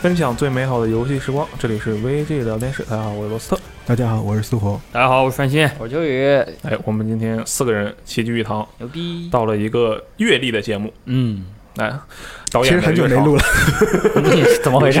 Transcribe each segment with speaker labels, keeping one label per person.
Speaker 1: 分享最美好的游戏时光，这里是 VG 聊天室。大家好，我是罗斯特。
Speaker 2: 大家好，我是苏活。
Speaker 3: 大家好，我是范鑫，
Speaker 4: 我是秋雨，
Speaker 1: 哎，我们今天四个人齐聚一堂，
Speaker 4: 牛逼！
Speaker 1: 到了一个阅历的节目。
Speaker 3: 嗯，
Speaker 1: 哎，导
Speaker 2: 其
Speaker 1: 演
Speaker 2: 实很久没录
Speaker 1: 了，
Speaker 2: 了，
Speaker 4: 你怎
Speaker 1: 哦
Speaker 4: 么回 事？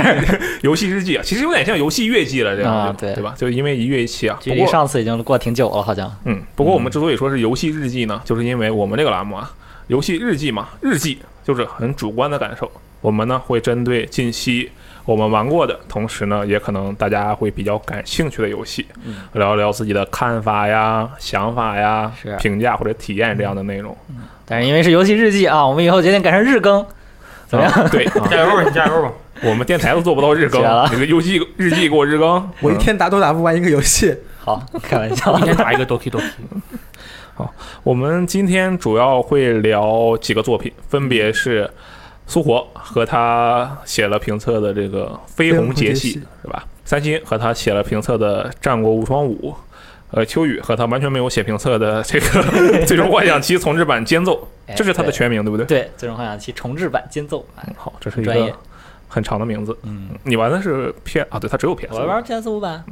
Speaker 1: 游戏日记啊，其实有点像游戏月记了，这样、
Speaker 4: 啊
Speaker 1: 对吧
Speaker 4: 对
Speaker 1: 对吧？就因为一月一期啊。
Speaker 4: 距
Speaker 1: 不
Speaker 4: 离
Speaker 1: 过，
Speaker 4: 上次已经过挺久了，好像。
Speaker 1: 嗯，不过我们之所以说是游戏日记呢，就是因为我们这个栏目啊，游戏日记嘛，日记就是很主观的感受。我们呢会针对近期我们玩过的，同时呢也可能大家会比较感兴趣的游戏，
Speaker 4: 嗯
Speaker 1: 聊一聊自己的看法呀、想法呀
Speaker 4: 是、嗯
Speaker 1: 评价或者体验这样的内容。
Speaker 4: 但是因为是游戏日记啊，我们以后决定改成日更，怎么样？
Speaker 1: 啊？ 对，啊
Speaker 3: 加油吧，你加油吧。
Speaker 1: 我们电台都做不到日更
Speaker 4: 绝了，
Speaker 1: 你的游戏日记给我日更，
Speaker 2: 我一天打都打不完一个游戏。
Speaker 4: 好，开玩笑
Speaker 3: 一。天打一个 Doki Doki，
Speaker 1: 我们今天主要会聊几个作品，分别是苏活和他写了评测的这个《绯红节
Speaker 2: 绯红节
Speaker 1: 气
Speaker 2: 气》，
Speaker 1: 是吧？三星和他写了评测的《战国无双五》，呃，秋雨和他完全没有写评测的 这个《最终幻想七重置版间奏》，
Speaker 4: 哎
Speaker 1: 这是他的
Speaker 4: 对
Speaker 1: 全名，对不对？
Speaker 4: 对，《最终幻想七》重置版间奏版。
Speaker 1: 好，这是一
Speaker 4: 专
Speaker 1: 个
Speaker 4: 业
Speaker 1: 很长的名字。
Speaker 4: 嗯，
Speaker 1: 你玩的是 P 啊？对，它只有 PS。
Speaker 4: 我玩 PS 五版。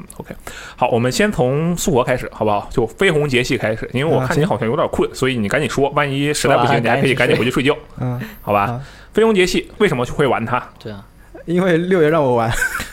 Speaker 1: 好，我们先从苏活开始，好不好？就绯红节气开始，因为我
Speaker 2: 啊
Speaker 1: 看你
Speaker 2: 行
Speaker 1: 好像有点困，所以你赶紧说，万一实在不行，
Speaker 4: 说完
Speaker 1: 你还可以赶
Speaker 4: 赶
Speaker 1: 紧
Speaker 4: 紧
Speaker 1: 回去睡觉，
Speaker 2: 嗯，
Speaker 1: 好吧
Speaker 2: 啊？
Speaker 1: 绯红节气为什么会玩它？
Speaker 4: 对啊，
Speaker 2: 因为六爷让我玩，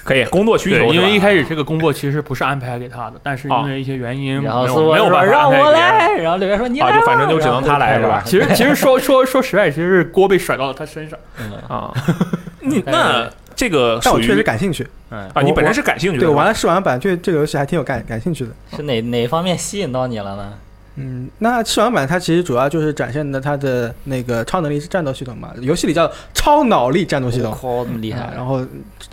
Speaker 1: 可以，工作需
Speaker 3: 对
Speaker 1: 求，，
Speaker 3: 因为一
Speaker 1: 始
Speaker 3: 开始这个工作其实不是安排给他的，但是因为一些原因，没
Speaker 4: 然后
Speaker 3: 有
Speaker 4: 苏博
Speaker 3: 没有
Speaker 4: 说
Speaker 3: 办法哎
Speaker 4: 让
Speaker 3: 安排
Speaker 4: 我
Speaker 3: 给他
Speaker 4: 来，然后刘源说你来
Speaker 1: 啊，
Speaker 4: 吧。
Speaker 1: 就反正就只能他来是吧？
Speaker 3: 其实其实说说说实在，其实是锅被甩到了他身上。
Speaker 4: 嗯
Speaker 1: 啊， 你那这个
Speaker 2: 哎但
Speaker 1: 属
Speaker 2: 我确实
Speaker 1: 于
Speaker 2: 感兴趣。
Speaker 3: 嗯，
Speaker 1: 啊，你
Speaker 2: 我
Speaker 1: 本身
Speaker 2: 我
Speaker 1: 是感兴趣的，
Speaker 2: 对，我玩
Speaker 1: 了
Speaker 2: 了试玩版，对这个游戏还挺有感感兴趣的。
Speaker 4: 是哪哪方面吸引到你了呢？
Speaker 2: 嗯，那试玩版它其实主要就是展现的它的那个超能力是战斗系统嘛，游戏里叫超脑力战斗系统。
Speaker 4: 靠，那么厉
Speaker 2: 啊
Speaker 4: 害！
Speaker 2: 然后，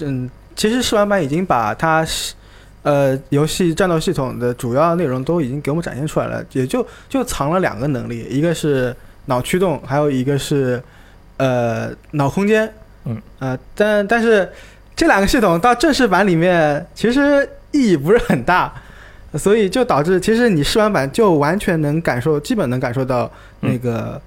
Speaker 2: 嗯，其实试玩版已经把它是，呃，游戏战斗系统的主要内容都已经给我们展现出来了，也就就藏了两个能力，一个是脑驱动，还有一个是呃脑空间。
Speaker 1: 嗯，
Speaker 2: 呃，但但是这两个系统到正式版里面其实意义不是很大。所以就导致，其实你试玩版就完全能感受，基本能感受到
Speaker 4: 嗯
Speaker 2: 那个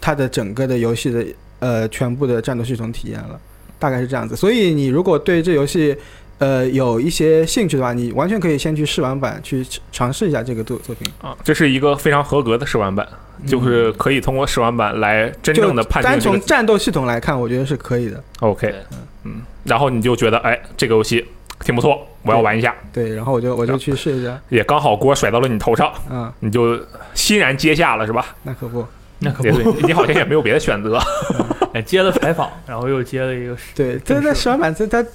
Speaker 2: 它的整个的游戏的呃全部的战斗系统体验了，大概是这样子。所以你如果对这游戏呃有一些兴趣的话，你完全可以先去试玩版去尝试一下这个作作品，
Speaker 1: 啊，这是一个非常合格的试玩版，就是可以通过试玩版来真
Speaker 2: 嗯就
Speaker 1: 正的判
Speaker 2: 单
Speaker 1: 定这
Speaker 2: 从
Speaker 1: 个
Speaker 2: 战斗系统来看，我觉得是可以的。
Speaker 1: OK，
Speaker 4: 对
Speaker 1: 嗯，然后你就觉得哎，这个游戏挺不错，我要玩一下，
Speaker 2: 对，然后我就我就去试一下，
Speaker 1: 也刚好锅甩到了你头上，
Speaker 2: 嗯，
Speaker 1: 你就欣然接下了是吧？
Speaker 2: 那可不，
Speaker 3: 那可
Speaker 1: 也
Speaker 3: 不，
Speaker 1: 对，你好像也没有别的选 择。
Speaker 3: 哎接了采访，然后又接了一个是，
Speaker 2: 对，
Speaker 3: 真
Speaker 2: 但
Speaker 3: 是
Speaker 2: 是在试玩版它它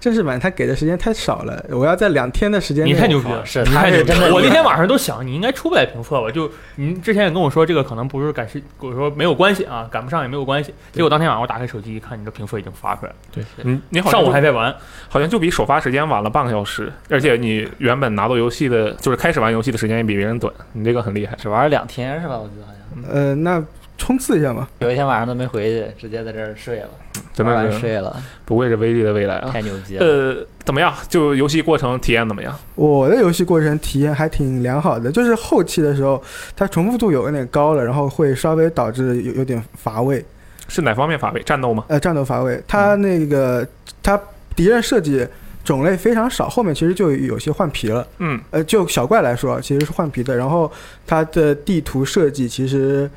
Speaker 2: 正式版它给的时间太少了，我要在两天的时间
Speaker 3: 你
Speaker 2: 内
Speaker 3: 太牛逼
Speaker 4: 好
Speaker 3: 了，
Speaker 4: 是
Speaker 3: 你
Speaker 4: 他
Speaker 3: 太
Speaker 4: 是
Speaker 3: 牛逼
Speaker 4: 真的
Speaker 3: 了我
Speaker 4: 厉
Speaker 3: 那
Speaker 4: 害
Speaker 3: 天晚上都想，你应该出不来评测吧？就您之前也跟我说，这个可能不是赶时，我说没有关系啊，赶不上也没有关系。结果当天晚上我打开手机一看，你的评测已经发出来了，
Speaker 1: 你你好像
Speaker 3: 嗯上午
Speaker 1: 就
Speaker 3: 还在玩，
Speaker 1: 好像就比首发时间晚了半个小时，而且你原本拿到游戏的，就是开始玩游戏的时间也比别人短，你这个很厉害。
Speaker 4: 只玩了两天是吧？我记得好像
Speaker 2: 呃，那冲刺一下嘛，
Speaker 4: 有一天晚上都没回去，直接在这儿睡了，
Speaker 1: 真
Speaker 4: 玩
Speaker 1: 的
Speaker 4: 完
Speaker 1: 是
Speaker 4: 睡了，
Speaker 1: 不愧是 VG 的未来啊！
Speaker 4: 太牛逼了。
Speaker 1: 呃，怎么样？就游戏过程体验怎么样？
Speaker 2: 我的游戏过程体验还挺良好的，就是后期的时候，它重复度有点高了，然后会稍微导致有有点乏味，
Speaker 1: 是哪方面乏味？战斗吗？
Speaker 2: 呃，战斗乏味。它那个它敌人设计种类非常少，后面其实就有些换皮了。
Speaker 1: 嗯，
Speaker 2: 呃，就小怪来说，其实是换皮的。然后它的地图设计其实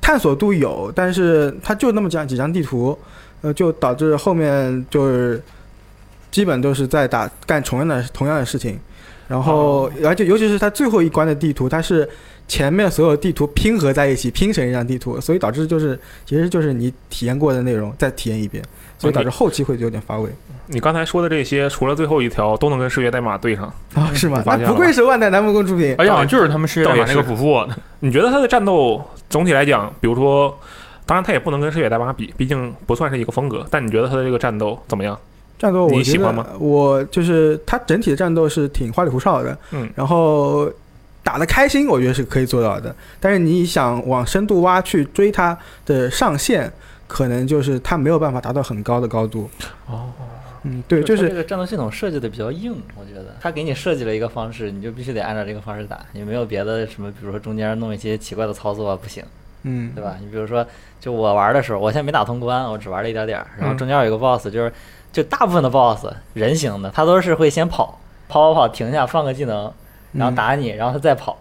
Speaker 2: 探索度有，但是它就那么讲几张地图，呃，就导致后面就是基本都是在打干同样的同样的事情。然后，
Speaker 1: 哦
Speaker 2: 而且尤其是它最后一关的地图，它是前面所有地图拼合在一起拼成一张地图，所以导致就是其实就是你体验过的内容再体验一遍，所
Speaker 1: 哦
Speaker 2: 以导致后期会有点乏味
Speaker 1: 你刚才说的这些，除了最后一条，都能跟世界代码对上。
Speaker 2: 啊， 是吗
Speaker 1: 哦我？发
Speaker 2: 那
Speaker 1: 现
Speaker 2: 不
Speaker 1: 了
Speaker 2: 愧是万代南梦宫出品，
Speaker 3: 而且好像就是他们世界代码
Speaker 1: 倒也是
Speaker 3: 那个补复，
Speaker 1: 你觉得它的战斗总体来讲，比如说，当然它也不能跟世界代码比，毕竟不算是一个风格。但你觉得它的这个战斗怎么样？
Speaker 2: 战斗我
Speaker 1: 你喜
Speaker 2: 觉
Speaker 1: 欢吗
Speaker 2: 得我就是它整体的战斗是挺花里胡哨的，
Speaker 1: 嗯
Speaker 2: 然后打得开心，我觉得是可以做到的。但是你想往深度挖去追它的上限，可能就是它没有办法达到很高的高度。
Speaker 1: 哦，
Speaker 2: 嗯，对，就
Speaker 4: 它
Speaker 2: 是
Speaker 4: 这个战斗系统设计的比较硬，我觉得它给你设计了一个方式，你就必须得按照这个方式打，也没有别的什么，比如说中间弄一些奇怪的操作啊，不行。
Speaker 2: 嗯
Speaker 4: 对吧？你比如说，就我玩的时候，我现在没打通关，我只玩了一点点儿。然后
Speaker 1: 嗯
Speaker 4: 中间有一个 boss，就是就大部分的 boss 人形的，他都是会先跑，跑跑跑，停下放个技能，然后打你，然后他再跑。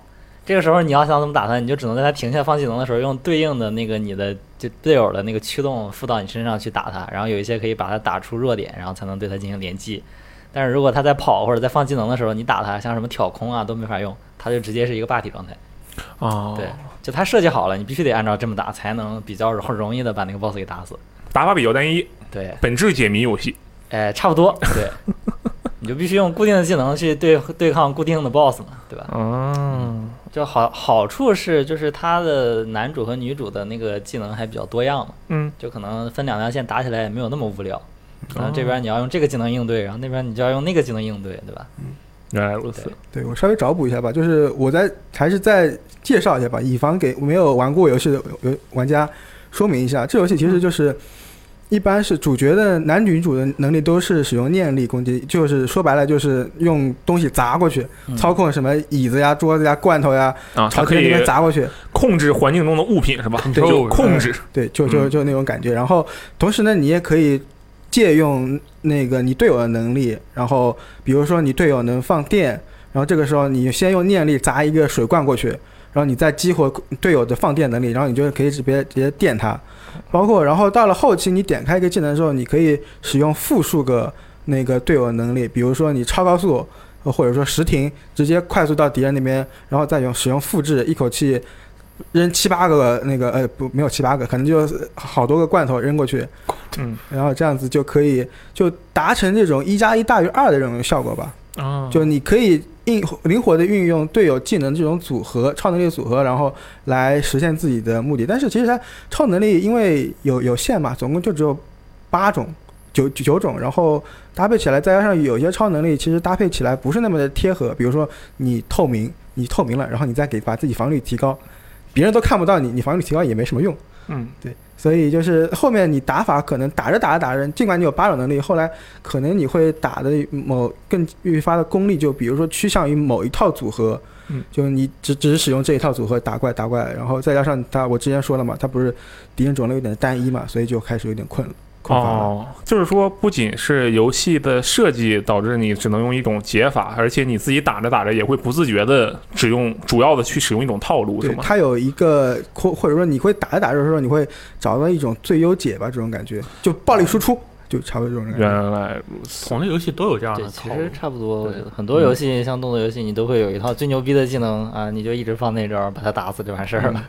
Speaker 4: 这个时候你要想怎么打他，你就只能在他停下放技能的时候，用对应的那个你的就队友的那个驱动附到你身上去打他，然后有一些可以把他打出弱点，然后才能对他进行连击。但是如果他在跑或者在放技能的时候，你打他，像什么挑空啊都没法用，他就直接是一个霸体状态。
Speaker 1: 哦，
Speaker 4: 对，就它设计好了，你必须得按照这么打，才能比较容容易的把那个 boss 给打死。
Speaker 1: 打法比较单一，
Speaker 4: 对，
Speaker 1: 本质解谜游戏。
Speaker 4: 哎，差不多， 对，你就必须用固定的技能去对对抗固定的 boss 嘛，对吧？
Speaker 1: 嗯，
Speaker 4: 就好好处是，就是它的男主和女主的那个技能还比较多样嘛，
Speaker 1: 嗯，
Speaker 4: 就可能分两条线打起来也没有那么无聊。然后这边你要用这个技能应对，然后那边你就要用那个技能应对，对吧？
Speaker 1: 原来如此。
Speaker 2: 对我稍微找补一下吧，就是我在还是再介绍一下吧，以防给没有玩过游戏的游玩家说明一下，这游戏
Speaker 1: 嗯
Speaker 2: 其实就是。一般是主角的男女主的能力都是使用念力攻击，就是说白了就是用东西砸过去，
Speaker 4: 嗯
Speaker 2: 操控什么椅子呀、桌子呀、罐头呀，
Speaker 1: 啊，它
Speaker 2: 朝
Speaker 1: 可
Speaker 2: 天那
Speaker 1: 以
Speaker 2: 边砸过去，
Speaker 1: 控制环境中的物品是吧？
Speaker 3: Control，
Speaker 1: 就控制
Speaker 2: 对，就就就那种感觉。然后同时呢，你也可以借用那个你队友的能力，然后比如说你队友能放电，然后这个时候你先用念力砸一个水罐过去，然后你再激活队友的放电能力，然后你就可以直接直接电他。包括然后到了后期，你点开一个技能之后，你可以使用复数个那个队友的能力，比如说你超高速。呃或者说实停，直接快速到敌人那边，然后再用使用复制，一口气扔七八个那个呃不没有七八个，可能就是好多个罐头扔过去，
Speaker 1: 嗯，
Speaker 2: 然后这样子就可以就达成这种一加一大于二的这种效果吧。
Speaker 3: 嗯
Speaker 1: 啊
Speaker 2: 就你可以应灵活的运用队友技能这种组合、超能力组合，然后来实现自己的目的。但是其实它超能力因为有有限嘛，总共就只有八种、九九九种，然后搭配起来，再加上有些超能力其实搭配起来不是那么的贴合，比如说你透明，你透明了，然后你再给把自己防御率提高，别人都看不到你，你防御率提高也没什么用。
Speaker 1: 嗯，
Speaker 2: 所以就是后面你打法可能打着打着打着，尽管你有八种能力，后来可能你会打的某更愈发的功力，就比如说趋向于某一套组合，
Speaker 1: 嗯
Speaker 2: 就你只只使用这一套组合打怪打怪，然后再加上他我之前说了嘛，他不是敌人种类有点单一嘛，所以就开始有点困了，困乏了。
Speaker 1: 哦，就是说，不仅是游戏的设计导致你只能用一种解法，而且你自己打着打着也会不自觉的只用主要的去使用一种套路，是
Speaker 2: 对，
Speaker 1: 吗？
Speaker 2: 它有一个或或者说你会打着打着的时候，你会找到一种最优解吧，这种感觉，就暴力输出，就差不多这种感觉。
Speaker 1: 原来如此。
Speaker 3: 同类游戏都有这样
Speaker 4: 对，
Speaker 3: 的
Speaker 4: 啊其
Speaker 3: 套
Speaker 4: 实
Speaker 3: 路。
Speaker 4: 差不多。我
Speaker 3: 对
Speaker 4: 觉得很多游戏像动作游戏，你都会有一套最牛逼的技能啊，你就一直放那招，把他打死就完事儿了。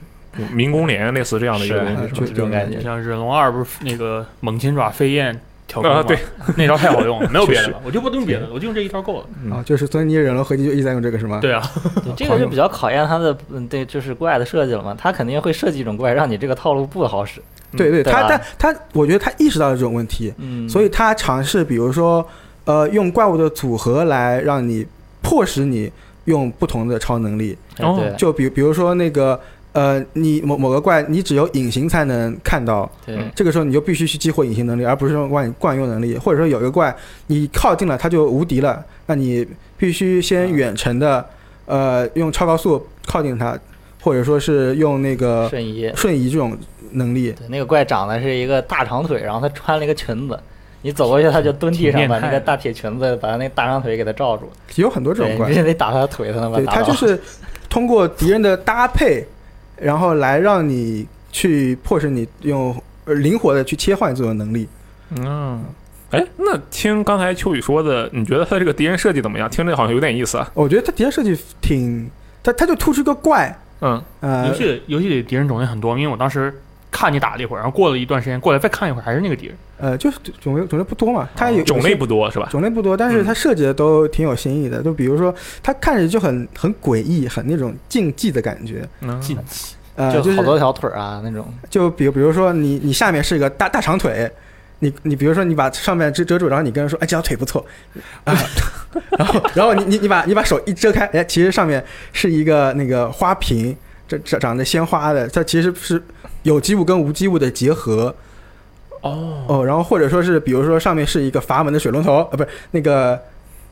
Speaker 1: 民工联类似这样的一个
Speaker 4: 是
Speaker 1: 东西，
Speaker 2: 嗯就
Speaker 4: 这种感觉。
Speaker 3: 像忍龙二不是那个猛禽爪飞燕挑钩
Speaker 1: 啊
Speaker 3: 吗
Speaker 1: 对，
Speaker 3: 那招太好用了， 没有别的了，我就不用别的了，我就用这一招够了。
Speaker 1: 嗯
Speaker 2: 啊，就是所以你忍了合集就一直在用这个是吗？
Speaker 3: 对啊，
Speaker 4: 对这
Speaker 2: 狂
Speaker 4: 个就
Speaker 2: 用
Speaker 4: 比较考验它的，嗯，对，就是怪的设计了嘛。它肯定会设计一种怪，让你这个套路不好使。
Speaker 2: 对对，
Speaker 4: 嗯对
Speaker 2: 他
Speaker 4: 吧
Speaker 2: 他他，我觉得他意识到了这种问题，
Speaker 4: 嗯，
Speaker 2: 所以他尝试，比如说，呃，用怪物的组合来让你迫使你用不同的超能力，
Speaker 4: 哎
Speaker 1: 哦
Speaker 4: 对
Speaker 2: 就比比如说那个，呃，你某某个怪，你只有隐形才能看到，
Speaker 4: 对
Speaker 2: 这个时候你就必须去激活隐形能力，而不是用惯惯用能力，或者说有一个怪你靠近了它就无敌了，那你必须
Speaker 4: 嗯
Speaker 2: 先远程的，呃，用超高速靠近它，或者说是用那个
Speaker 4: 瞬移，
Speaker 2: 瞬移这种能力。
Speaker 4: 对那个怪长得是一个大长腿，然后他穿了一个裙子，你走过去他就蹲地上，
Speaker 3: 挺变
Speaker 4: 把
Speaker 3: 态
Speaker 4: 那个大铁裙子把那大长腿给他罩住，
Speaker 2: 有很多这
Speaker 4: 对，
Speaker 2: 种
Speaker 4: 你
Speaker 2: 怪
Speaker 4: 必，须得打他的腿才能把
Speaker 2: 对，
Speaker 4: 打
Speaker 2: 它
Speaker 4: 倒。
Speaker 2: 就是通过敌人的搭配，然后来让你去迫使你用呃灵活的去切换这种能力。
Speaker 1: 嗯，哎，那听刚才秋雨说的，你觉得他这个敌人设计怎么样？听着好像有点意思啊。
Speaker 2: 我觉得它敌人设计挺，它它就突出个怪，
Speaker 1: 嗯，
Speaker 2: 呃
Speaker 3: 游，戏游戏里敌人种类很多，因为我当时看你打了一会儿，然后过了一段时间过来再看一会儿，还是那个敌人。
Speaker 2: 呃，就是种类种类不多嘛，它有
Speaker 1: 种
Speaker 2: 有些
Speaker 1: 类不多是吧？
Speaker 2: 种类不多，但
Speaker 4: 嗯
Speaker 2: 是它设计的都挺有新意的。就比如说，它看着就很很诡异，很那种竞技的感觉。
Speaker 1: 嗯，
Speaker 3: 近期
Speaker 2: 呃，
Speaker 4: 就
Speaker 2: 就是
Speaker 4: 好多条腿啊那种，
Speaker 2: 就比如比如说你你下面是一个大大长腿，你你比如说你把上面遮遮住，然后你跟人说哎这条腿不错， 啊，然后然后你你你把你把手一遮开，哎其实上面是一个那个花瓶，这这长着鲜花的，它其实是有机物跟无机物的结合
Speaker 1: 哦
Speaker 2: 哦，然后或者说是比如说上面是一个阀门的水龙头，呃不是那个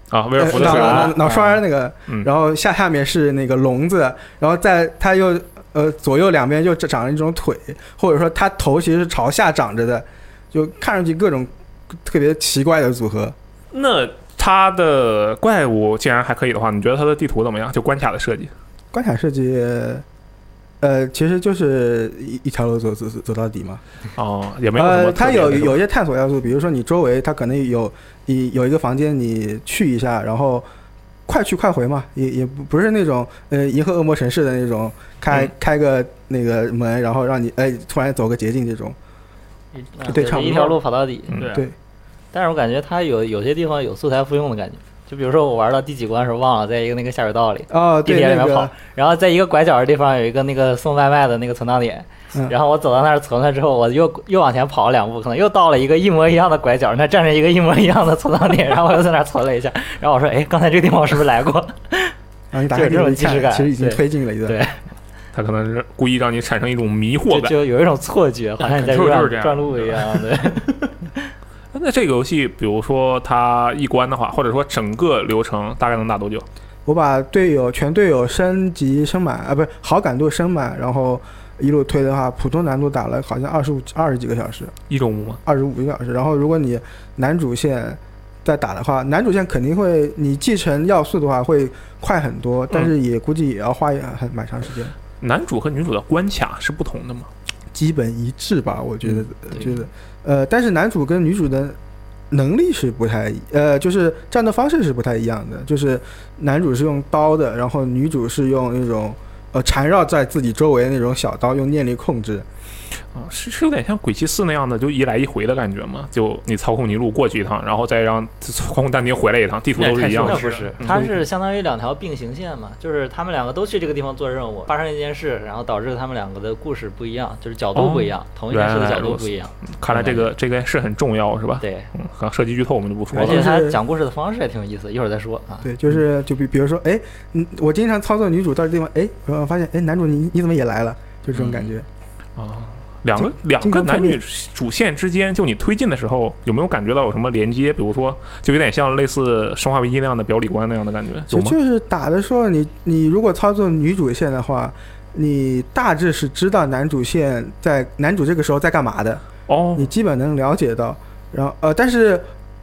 Speaker 1: 啊，威尔福的水
Speaker 2: 呃脑
Speaker 4: 是
Speaker 1: 龙
Speaker 4: 吧
Speaker 2: 脑脑脑刷儿那个，
Speaker 1: 嗯
Speaker 2: 然后下下面是那个笼子，然后在它又呃左右两边就长着一种腿，或者说它头其实是朝下长着的，就看上去各种特别奇怪的组合。
Speaker 1: 那它的怪物既然还可以的话，你觉得它的地图怎么样？就关卡的设计，
Speaker 2: 关卡设计，呃，其实就是一一条路走走走走到底嘛。
Speaker 1: 哦，也没有什么
Speaker 2: 呃，
Speaker 1: 特
Speaker 2: 它
Speaker 1: 别的。
Speaker 2: 有
Speaker 1: 是吧
Speaker 2: 有一些探索要素，比如说你周围它可能有你有一个房间，你去一下，然后快去快回嘛，也也不不是那种呃银河恶魔城市的那种开、
Speaker 1: 嗯
Speaker 2: 开个那个门，然后让你哎突然走个捷径这种。
Speaker 4: 嗯
Speaker 2: 对
Speaker 4: 就是
Speaker 2: 差不多
Speaker 4: 一条路跑到底。
Speaker 1: 嗯
Speaker 3: 啊对啊
Speaker 2: 对，
Speaker 4: 但是我感觉它有有些地方有素材复用的感觉，就比如说我玩到第几关的时候忘了，在一个那个下水道里，
Speaker 2: 哦，
Speaker 4: 地
Speaker 2: 对
Speaker 4: 铁里
Speaker 2: 那
Speaker 4: 面跑，
Speaker 2: 个，
Speaker 4: 然后在一个拐角的地方有一个那个送外卖的那个存档点，
Speaker 2: 嗯
Speaker 4: 然后我走到那儿存了之后，我又又往前跑了两步，可能又到了一个一模一样的拐角，那站着一个一模一样的存档点，然后我又在那儿存了一下，然后我说，哎，刚才这个地方我是不是来过？
Speaker 2: 然后啊你打
Speaker 4: 就
Speaker 2: 开
Speaker 4: 有
Speaker 2: 地
Speaker 4: 这
Speaker 2: 图一
Speaker 4: 种即视
Speaker 2: 看，
Speaker 4: 感
Speaker 2: 其实已经
Speaker 4: 对
Speaker 2: 推进了一段
Speaker 4: 对。
Speaker 1: 它可能是故意让你产生一种迷惑
Speaker 4: 就
Speaker 1: 感。
Speaker 4: 就有一种错觉，好像你在
Speaker 3: 感受就是
Speaker 4: 转
Speaker 3: 这样
Speaker 4: 转路一样，对，
Speaker 1: 那这个游戏，比如说它一关的话，或者说整个流程大概能打多久？
Speaker 2: 我把队友全队友升级升满啊，不是好感度升满，然后一路推的话，普通难度打了好像二十五二十几个小时，
Speaker 1: 一周目吗？
Speaker 2: 二十五个小时。然后如果你男主线再打的话，男主线肯定会你继承要素的话会快很多，但是也估计也要花也很蛮长时间，
Speaker 1: 男主和女主的关卡是不同的吗？
Speaker 2: 基本一致吧，我觉得、
Speaker 4: 对
Speaker 2: 觉得呃，但是男主跟女主的。能力是不太一呃，就是战斗方式是不太一样的，就是男主是用刀的，然后女主是用那种呃缠绕在自己周围的那种小刀，用念力控制。
Speaker 1: 啊，是是有点像鬼泣四那样的，就一来一回的感觉嘛。就你操控泥路过去一趟，然后再让操控丹尼回来一趟，地图
Speaker 3: 那也
Speaker 1: 都是
Speaker 3: 太
Speaker 1: 一
Speaker 3: 深
Speaker 1: 样
Speaker 3: 了
Speaker 1: 的
Speaker 4: 那
Speaker 3: 是
Speaker 4: 不
Speaker 3: 的
Speaker 4: 是，
Speaker 1: 嗯
Speaker 4: 它是相当于两条并行线嘛，就是他们两个都去这个地方做任务，发生一件事，然后导致他们两个的故事不一样，就是角度不一样，同一件事的角度不一样，
Speaker 1: 看来这个这个是很重要，是吧？
Speaker 4: 对，
Speaker 1: 嗯，可能涉及剧透我们就不说
Speaker 4: 而
Speaker 1: 了
Speaker 4: 且。他
Speaker 2: 就是
Speaker 4: 讲故事的方式也挺有意思，一会儿再说啊。
Speaker 2: 对，就是就比比如说，哎，嗯，我经常操作女主到这地方，哎，我发现，哎，男主你你怎么也来了？就这种感
Speaker 4: 嗯
Speaker 2: 觉。
Speaker 1: 啊，两个两个男女主线之间，就你推进的时候，有没有感觉到有什么连接？比如说，就有点像类似《生化危机》那样的表里观那样的感觉，
Speaker 2: 就
Speaker 1: 有吗？
Speaker 2: 就是打的时候，你你如果操作女主线的话，你大致是知道男主线在男主这个时候在干嘛的，
Speaker 1: 哦
Speaker 2: 你，基本能了解到。然后呃，但是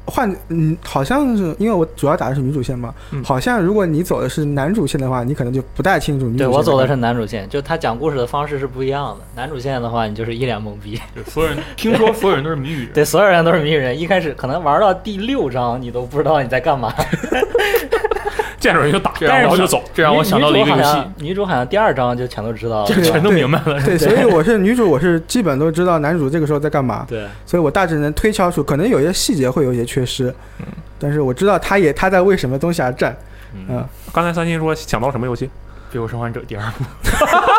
Speaker 2: 换嗯，好像是因为我主要打的是女主线嘛，
Speaker 1: 嗯
Speaker 2: 好像如果你走的是男主线的话，你可能就不太清楚女主
Speaker 4: 对
Speaker 2: 线。
Speaker 4: 我走的是男主线，就他讲故事的方式是不一样的。男主线的话，你就是一脸懵逼，
Speaker 3: 就所有人听说所有人都是谜语人，
Speaker 4: 对，所有人都是谜语人。一开始可能玩到第六章，你都不知道你在干嘛。
Speaker 1: 见着人就打，
Speaker 3: 这让
Speaker 1: 然后
Speaker 3: 我
Speaker 1: 就走。
Speaker 3: 这让我
Speaker 4: 女
Speaker 3: 想到了一个游
Speaker 4: 女主好
Speaker 3: 戏
Speaker 4: 像，女主好像第二章就全都知道了
Speaker 3: 就，全都明白了。
Speaker 2: 对，所以我是女主，我是基本都知道男主这个时候在干嘛，
Speaker 4: 对，
Speaker 2: 所以我大致能推敲出，可能有些细节会有一些缺失，但是我知道他也他在为什么东西而战，
Speaker 4: 嗯，
Speaker 2: 嗯，
Speaker 1: 刚才三星说想到什么游戏？
Speaker 3: 《最后生还者》第二部。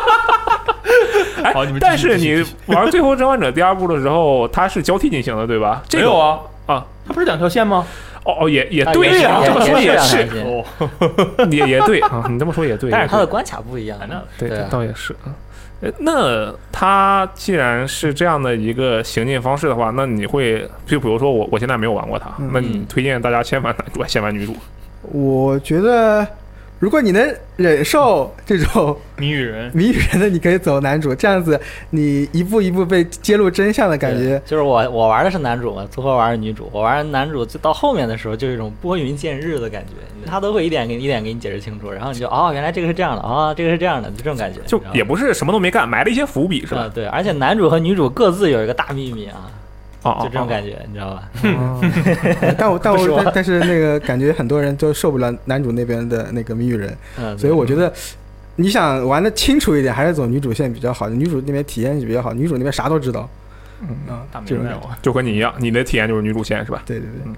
Speaker 1: 哎
Speaker 3: 好，你们继续
Speaker 1: 但是
Speaker 3: 继续
Speaker 1: 你
Speaker 3: 继续
Speaker 1: 玩《最后生还者》第二部的时候，它是交替进行的，对吧？这
Speaker 3: 没
Speaker 1: 个
Speaker 3: 有啊
Speaker 1: 啊，
Speaker 3: 它不是两条线吗？
Speaker 1: 哦哦，也也
Speaker 4: 啊
Speaker 1: 对呀、
Speaker 4: 也
Speaker 1: 这么说
Speaker 4: 也也是
Speaker 1: 是，
Speaker 4: 对
Speaker 3: 哦，
Speaker 1: 也也对啊，你这么说也对。
Speaker 4: 但是它
Speaker 1: 也
Speaker 4: 的
Speaker 1: 对
Speaker 4: 关卡不一样
Speaker 3: 哎那，
Speaker 1: 对，
Speaker 4: 对
Speaker 1: 这
Speaker 4: 啊
Speaker 1: 倒也是。嗯呃那它既然是这样的一个行进方式的话，那你会就比如说我我现在没有玩过它，
Speaker 2: 嗯
Speaker 1: 那你
Speaker 4: 嗯
Speaker 1: 推荐大家先玩男主还是先玩女主？
Speaker 2: 我觉得如果你能忍受这种
Speaker 3: 谜语人。
Speaker 2: 谜语人的，你可以走男主，这样子你一步一步被揭露真相的感
Speaker 4: 对
Speaker 2: 觉，
Speaker 4: 就是我我玩的是男主嘛，最后玩的女主。我玩男主就到后面的时候，就有一种拨云见日的感觉，他都会一点给你一点给你解释清楚，然后你就哦，原来这个是这样的，哦，这个是这样的，就这种感觉。
Speaker 1: 就也不是什么都没干，埋了一些伏笔是
Speaker 4: 是吧、
Speaker 1: 吧
Speaker 4: 啊？对，而且男主和女主各自有一个大秘密啊，
Speaker 1: 哦哦，
Speaker 4: 就这种
Speaker 1: 觉。
Speaker 4: 感觉，你知道吧？
Speaker 2: 哦但我但
Speaker 4: 不
Speaker 2: 我
Speaker 4: 说
Speaker 2: 但但是那个感觉很多人都受不了男主那边的那个谜语人，
Speaker 4: 嗯，
Speaker 2: 所以我觉得你想玩的清楚一点，还是走女主线比较好。女主那边体验比较好，女主那边啥都知道。
Speaker 1: 嗯
Speaker 2: 啊，
Speaker 3: 大
Speaker 2: 这
Speaker 3: 明
Speaker 2: 种
Speaker 3: 白
Speaker 2: 感觉
Speaker 3: 我，
Speaker 1: 就跟你一样，你的体验就是女主线是吧？
Speaker 2: 对对对，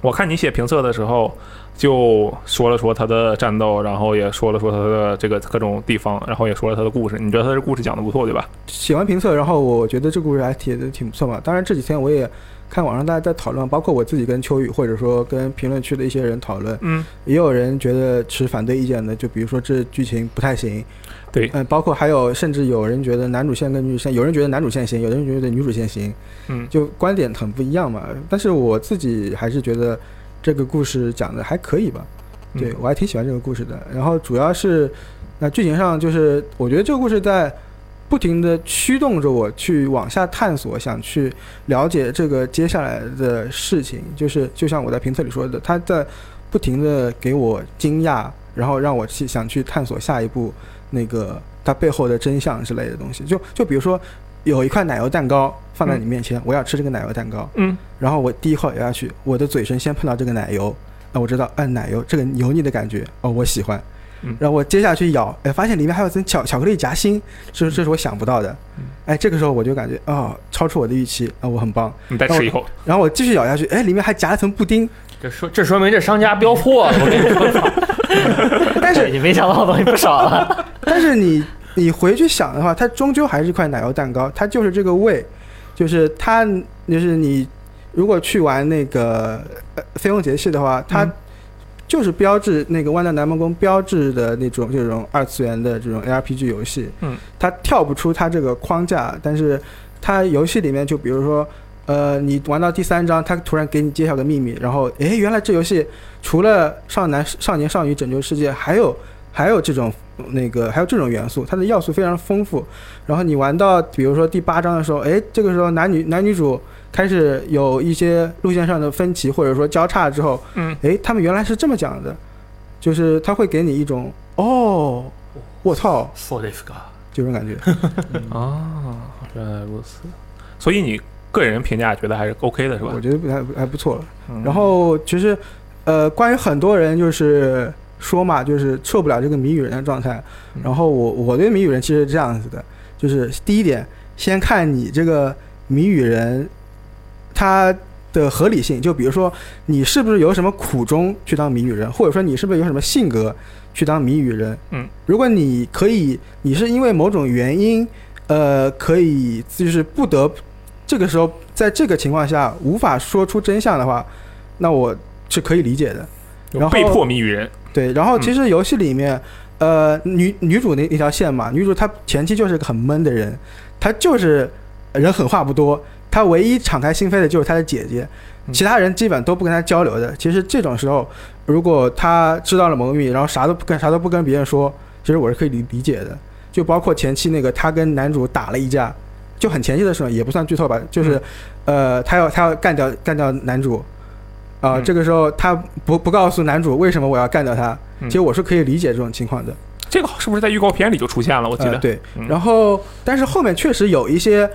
Speaker 1: 我看你写评测的时候，就说了说他的战斗，然后也说了说他的这个各种地方，然后也说了他的故事。你觉得他的故事讲的不错，对吧？
Speaker 2: 写完评测，然后我觉得这故事还写的挺不错嘛。当然这几天我也看网上大家在讨论，包括我自己跟秋雨，或者说跟评论区的一些人讨论，
Speaker 1: 嗯，
Speaker 2: 也有人觉得持反对意见的，就比如说这剧情不太行。
Speaker 1: 对
Speaker 2: 嗯，包括还有甚至有人觉得男主线跟女主线，有人觉得男主线行，有人觉得女主线行，
Speaker 1: 嗯
Speaker 2: 就观点很不一样嘛。但是我自己还是觉得
Speaker 1: 嗯
Speaker 2: 这个故事讲的还可以吧。对，我还挺喜欢这个故事的。然后主要是，那剧情上就是，我觉得这个故事在不停的驱动着我去往下探索，想去了解这个接下来的事情。就是就像我在评测里说的，他在不停的给我惊讶，然后让我去想去探索下一步那个它背后的真相之类的东西。就就比如说。有一块奶油蛋糕放在你面前，我要吃这个奶油蛋糕。
Speaker 1: 嗯，
Speaker 2: 然后我第一口咬下去，我的嘴唇先碰到这个奶油，那我知道，哎，奶油这个油腻的感觉，哦，我喜欢
Speaker 1: 嗯。
Speaker 2: 然后我接下去咬，哎，发现里面还有层巧巧克力夹心，这这是我想不到的
Speaker 1: 嗯。
Speaker 2: 哎，这个时候我就感觉哦，超出我的预期啊、我很棒。
Speaker 1: 你再吃一口，
Speaker 2: 然后我继续咬下去，哎，里面还夹了层布丁，
Speaker 3: 这说这说明这商家标 破了，我跟你说，
Speaker 2: 但是
Speaker 4: 你没想到的东西不少啊。
Speaker 2: 但是你你回去想的话，它终究还是一块奶油蛋糕，它就是这个味，就是它就是你如果去玩那个呃飞龙节气的话，它
Speaker 1: 嗯
Speaker 2: 就是标志那个万代南梦宫标志的那种这种二次元的这种 ARPG 游戏，
Speaker 1: 嗯，
Speaker 2: 它跳不出它这个框架，但是它游戏里面就比如说。呃，你玩到第三章，它突然给你揭晓个秘密，然后，诶，原来这游戏除了少男、少年、少女拯救世界，还有还有这种那个还有这种元素，它的要素非常丰富。然后你玩到比如说第八章的时候，哎，这个时候男女男女主开始有一些路线上的分歧或者说交叉之后，
Speaker 1: 嗯，
Speaker 2: 哎，他们原来是这么讲的，就是他会给你一种哦，我操，
Speaker 3: 说的是个，
Speaker 2: 这种感觉。
Speaker 1: 啊，原
Speaker 4: 呃
Speaker 1: 来如此。所以你个人评价觉得还是 OK 的是吧
Speaker 2: 我？觉得不太还不错了。
Speaker 1: 嗯
Speaker 2: 嗯然后其实，呃，关于很多人就是说嘛，就是受不了这个谜语人的状态
Speaker 1: 嗯。
Speaker 2: 然后我我对谜语人其实是这样子的，就是第一点，先看你这个谜语人他的合理性，就比如说你是不是有什么苦衷去当谜语人，或者说你是不是有什么性格去当谜语人。
Speaker 1: 嗯，
Speaker 2: 如果你可以，你是因为某种原因，呃，可以就是不得这个时候在这个情况下无法说出真相的话，那我是可以理解的。然后
Speaker 1: 被迫嗯谜语人，
Speaker 2: 对，然后其实游戏里面，呃，女女主那那条线嘛，女主她前期就是个很闷的人，她就是人狠话不多，她唯一敞开心扉的就是她的姐姐，
Speaker 1: 嗯
Speaker 2: 其他人基本都不跟她交流的。其实这种时候，如果她知道了某个秘密，然后啥都不跟啥都不跟别人说，其实我是可以理理解的。就包括前期那个她跟男主打了一架，就很前期的时候也不算剧透吧，就是，
Speaker 1: 嗯
Speaker 2: 呃，她要她要干掉干掉男主，啊、
Speaker 1: 嗯
Speaker 2: 这个时候她不不告诉男主为什么我要干掉他，
Speaker 1: 嗯
Speaker 2: 其实我是可以理解这种情况的。
Speaker 1: 这个是不是在预告片里就出现了？我记
Speaker 2: 呃，
Speaker 1: 得，
Speaker 2: 对
Speaker 1: 嗯，
Speaker 2: 然后但是后面确实有一些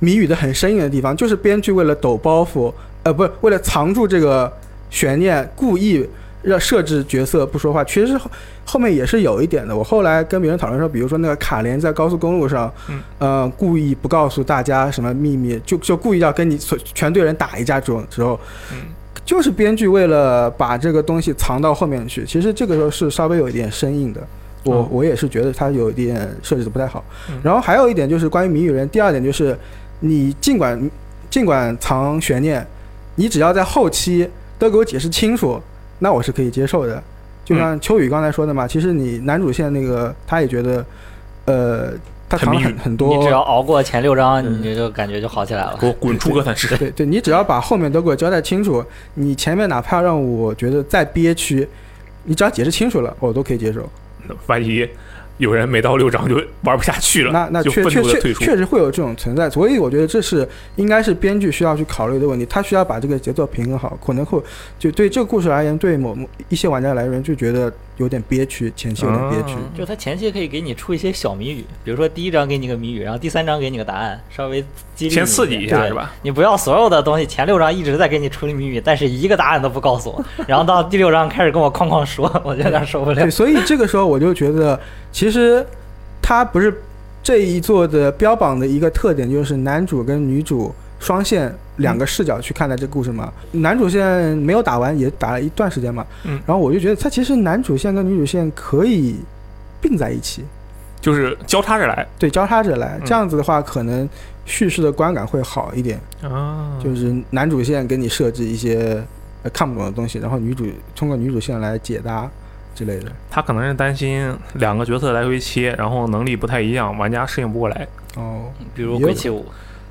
Speaker 2: 谜语的很生硬的地方，就是编剧为了抖包袱，呃，不是为了藏住这个悬念，故意让设置角色不说话。其实后后面也是有一点的。我后来跟别人讨论说，比如说那个卡莲在高速公路上，
Speaker 1: 嗯
Speaker 2: 呃，故意不告诉大家什么秘密，就就故意要跟你所全队人打一架这种时候，
Speaker 1: 嗯
Speaker 2: 就是编剧为了把这个东西藏到后面去，其实这个时候是稍微有一点生硬的。我、
Speaker 1: 哦
Speaker 2: 我也是觉得它有一点设置的不太好。
Speaker 1: 嗯
Speaker 2: 然后还有一点就是关于谜语人，第二点就是你尽管尽管藏悬念，你只要在后期都给我解释清楚，那我是可以接受的。就像秋雨刚才说的嘛，其实你男主线那个他也觉得，呃，他
Speaker 1: 很
Speaker 2: 藏了
Speaker 1: 谜语
Speaker 2: 很很多，
Speaker 4: 你只要熬过前六章，
Speaker 2: 嗯
Speaker 4: 你就感觉就好起来了
Speaker 1: 给。我滚出哥谭 市！
Speaker 2: 对对，你只要把后面都给我交代清楚，你前面哪怕让我觉得再憋屈，你只要解释清楚了，我都可以接受。
Speaker 1: 万一有人每到六章就玩不下去了，
Speaker 2: 那那
Speaker 1: 就
Speaker 2: 确
Speaker 1: 愤
Speaker 2: 确
Speaker 1: 怒的
Speaker 2: 确
Speaker 1: 退出。
Speaker 2: 确实会有这种存在，所以我觉得这是应该是编剧需要去考虑的问题，他需要把这个节奏平衡好，可能会就对这个故事而言，对某某一些玩家来言就觉得有点憋屈，前期有点憋屈。
Speaker 1: 啊
Speaker 4: 就他前期可以给你出一些小谜语，比如说第一章给你个谜语，然后第三章给你个答案，稍微激励你
Speaker 1: 先刺激一下
Speaker 4: 对
Speaker 1: 是吧？
Speaker 4: 你不要所有的东西，前六章一直在给你出谜语，但是一个答案都不告诉我，然后到第六章开始跟我哐哐说，我就有点受不了
Speaker 2: 对，。所以这个时候我就觉得，其实他不是这一座的标榜的一个特点，就是男主跟女主双线两个视角去看待这故事嘛。男主线没有打完，也打了一段时间嘛。
Speaker 1: 嗯
Speaker 2: 然后我就觉得，他其实男主线跟女主线可以并在一起，
Speaker 1: 就是交叉着来
Speaker 2: 对，交叉着来
Speaker 1: 嗯，
Speaker 2: 这样子的话，可能叙事的观感会好一点。
Speaker 1: 啊
Speaker 2: 就是男主线给你设置一些呃看不懂的东西，然后女主通过女主线来解答之类的。
Speaker 1: 他可能是担心两个角色来回切，然后能力不太一样，玩家适应不过来。
Speaker 2: 哦，
Speaker 4: 比如鬼泣五，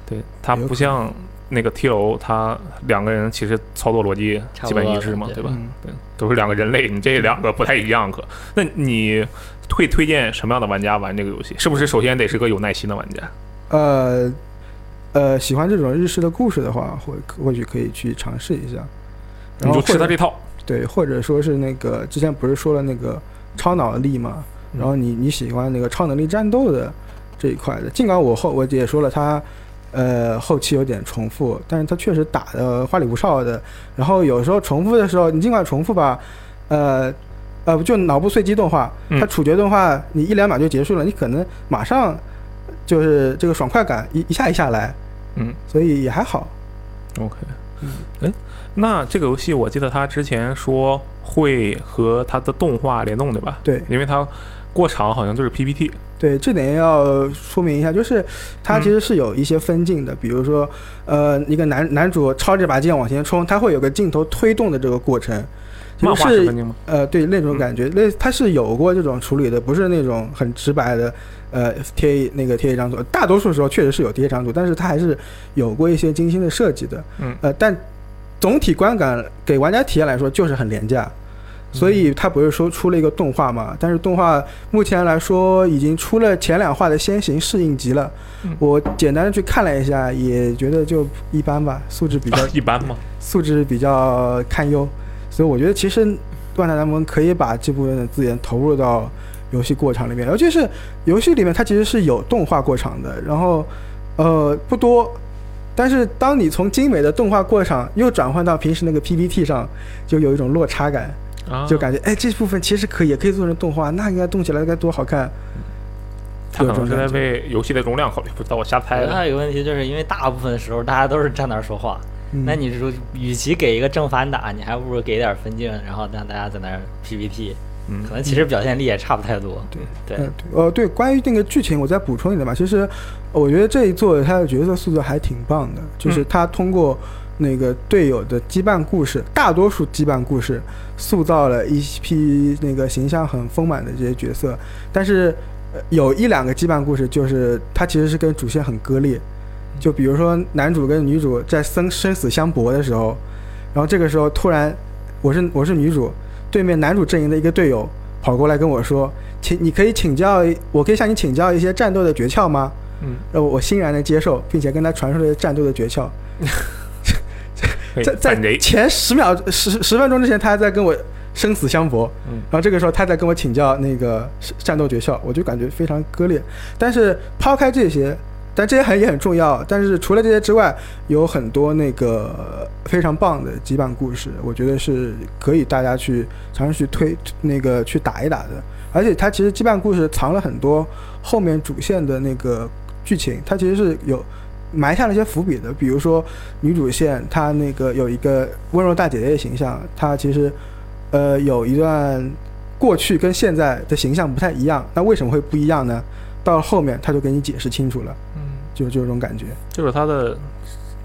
Speaker 1: 对他不像那个 T 楼，它两个人其实操作逻辑基本一致嘛，
Speaker 4: 差不多
Speaker 1: 对吧？
Speaker 2: 嗯，
Speaker 1: 都是两个人类，你这两个不太一样可。那你会推荐什么样的玩家玩这个游戏？是不是首先得是个有耐心的玩家？
Speaker 2: 呃呃，喜欢这种日式的故事的话，或或许可以去尝试一下。
Speaker 1: 你
Speaker 2: 然后
Speaker 1: 就
Speaker 2: 或
Speaker 1: 吃
Speaker 2: 者
Speaker 1: 他这套，
Speaker 2: 对，或者说是那个之前不是说了那个超脑力嘛，
Speaker 1: 嗯
Speaker 2: 然后你你喜欢那个超能力战斗的这一块的，尽管我后我也说了它，呃后期有点重复，但是它确实打的花里胡哨的，然后有时候重复的时候，你尽管重复吧，呃。呃，就脑部碎机动画，它
Speaker 1: 嗯
Speaker 2: 处决动画，你一两秒就结束了，你可能马上就是这个爽快感一一下一下来，
Speaker 1: 嗯，
Speaker 2: 所以也还好。
Speaker 1: OK，
Speaker 2: 嗯
Speaker 1: 哎，那这个游戏我记得他之前说会和他的动画联动，对吧？
Speaker 2: 对，
Speaker 1: 因为它过场好像就是 PPT，
Speaker 2: 对，这点要说明一下，就是
Speaker 1: 嗯
Speaker 2: 它其实是有一些分镜的，比如说，呃，一个男男主抄着把剑往前冲，它会有个镜头推动的这个过程，就
Speaker 1: 漫画十分
Speaker 2: 是
Speaker 1: 钟吗？
Speaker 2: 呃，对那种感
Speaker 1: 嗯
Speaker 2: 觉，那它是有过这种处理的，不是那种很直白的，呃，贴一那个贴一张图，大多数时候确实是有贴一张图，但是它还是有过一些精心的设计的，
Speaker 1: 嗯
Speaker 2: 呃，但总体观感给玩家体验来说就是很廉价，
Speaker 1: 嗯
Speaker 2: 所以它不是说出了一个动画嘛？但是动画目前来说已经出了前两话的先行适应集了
Speaker 1: 嗯，
Speaker 2: 我简单的去看了一下，也觉得就一般吧，素质比 较
Speaker 1: 一般嘛。
Speaker 2: 素质比较堪忧，所以我觉得其实万达南盟可以把这部分的资源投入到游戏过场里面，尤其是游戏里面它其实是有动画过场的，然后呃不多，但是当你从精美的动画过场又转换到平时那个 PPT 上，就有一种落差感，
Speaker 1: 啊，
Speaker 2: 就感觉哎这部分其实可以也可以做成动画，那应该动起来该多好看。
Speaker 1: 他可能是在
Speaker 2: 有这种感觉哎
Speaker 1: 为游戏的容量考虑，不知道我瞎
Speaker 4: 我
Speaker 1: 猜
Speaker 4: 觉得还
Speaker 1: 的。
Speaker 4: 有一个问题，就是因为大部分时候大家都是站那儿说话，
Speaker 2: 嗯
Speaker 4: 那你说，与其给一个正反打，你还不如给点分镜，然后让大家在那儿 PPT，
Speaker 1: 嗯
Speaker 4: 可能其实表现力也差不太多。对
Speaker 2: 嗯，对，呃，对，关于那个剧情，我再补充一点吧。其实，我觉得这一作它的角色塑造还挺棒的，就是
Speaker 1: 嗯
Speaker 2: 他通过那个队友的羁绊故事，大多数羁绊故事，塑造了一批那个形象很丰满的这些角色。但是，呃有一两个羁绊故事，就是它其实是跟主线很割裂。就比如说，男主跟女主在生生死相搏的时候，然后这个时候突然，我是我是女主，对面男主阵营的一个队友跑过来跟我说：“请你可以请教，我可以向你请教一些战斗的诀窍吗
Speaker 1: 嗯，？”
Speaker 2: 然后我欣然的接受，并且跟他传授了战斗的诀窍。
Speaker 1: 嘿
Speaker 2: 在
Speaker 1: 反贼
Speaker 2: 在前十秒十十分钟之前，他还在跟我生死相搏，
Speaker 1: 嗯
Speaker 2: 然后这个时候他在跟我请教那个战斗诀窍，我就感觉非常割裂。但是抛开这些，但这些很也很重要。但是除了这些之外，有很多那个非常棒的羁绊故事，我觉得是可以大家去尝试去推那个去打一打的。而且它其实羁绊故事藏了很多后面主线的那个剧情，它其实是有埋下了一些伏笔的。比如说女主线，她那个有一个温柔大姐姐的形象，她其实呃有一段过去跟现在的形象不太一样。那为什么会不一样呢？到了后面她就给你解释清楚了，
Speaker 1: 嗯，
Speaker 2: 就就这种感觉。
Speaker 1: 就是他的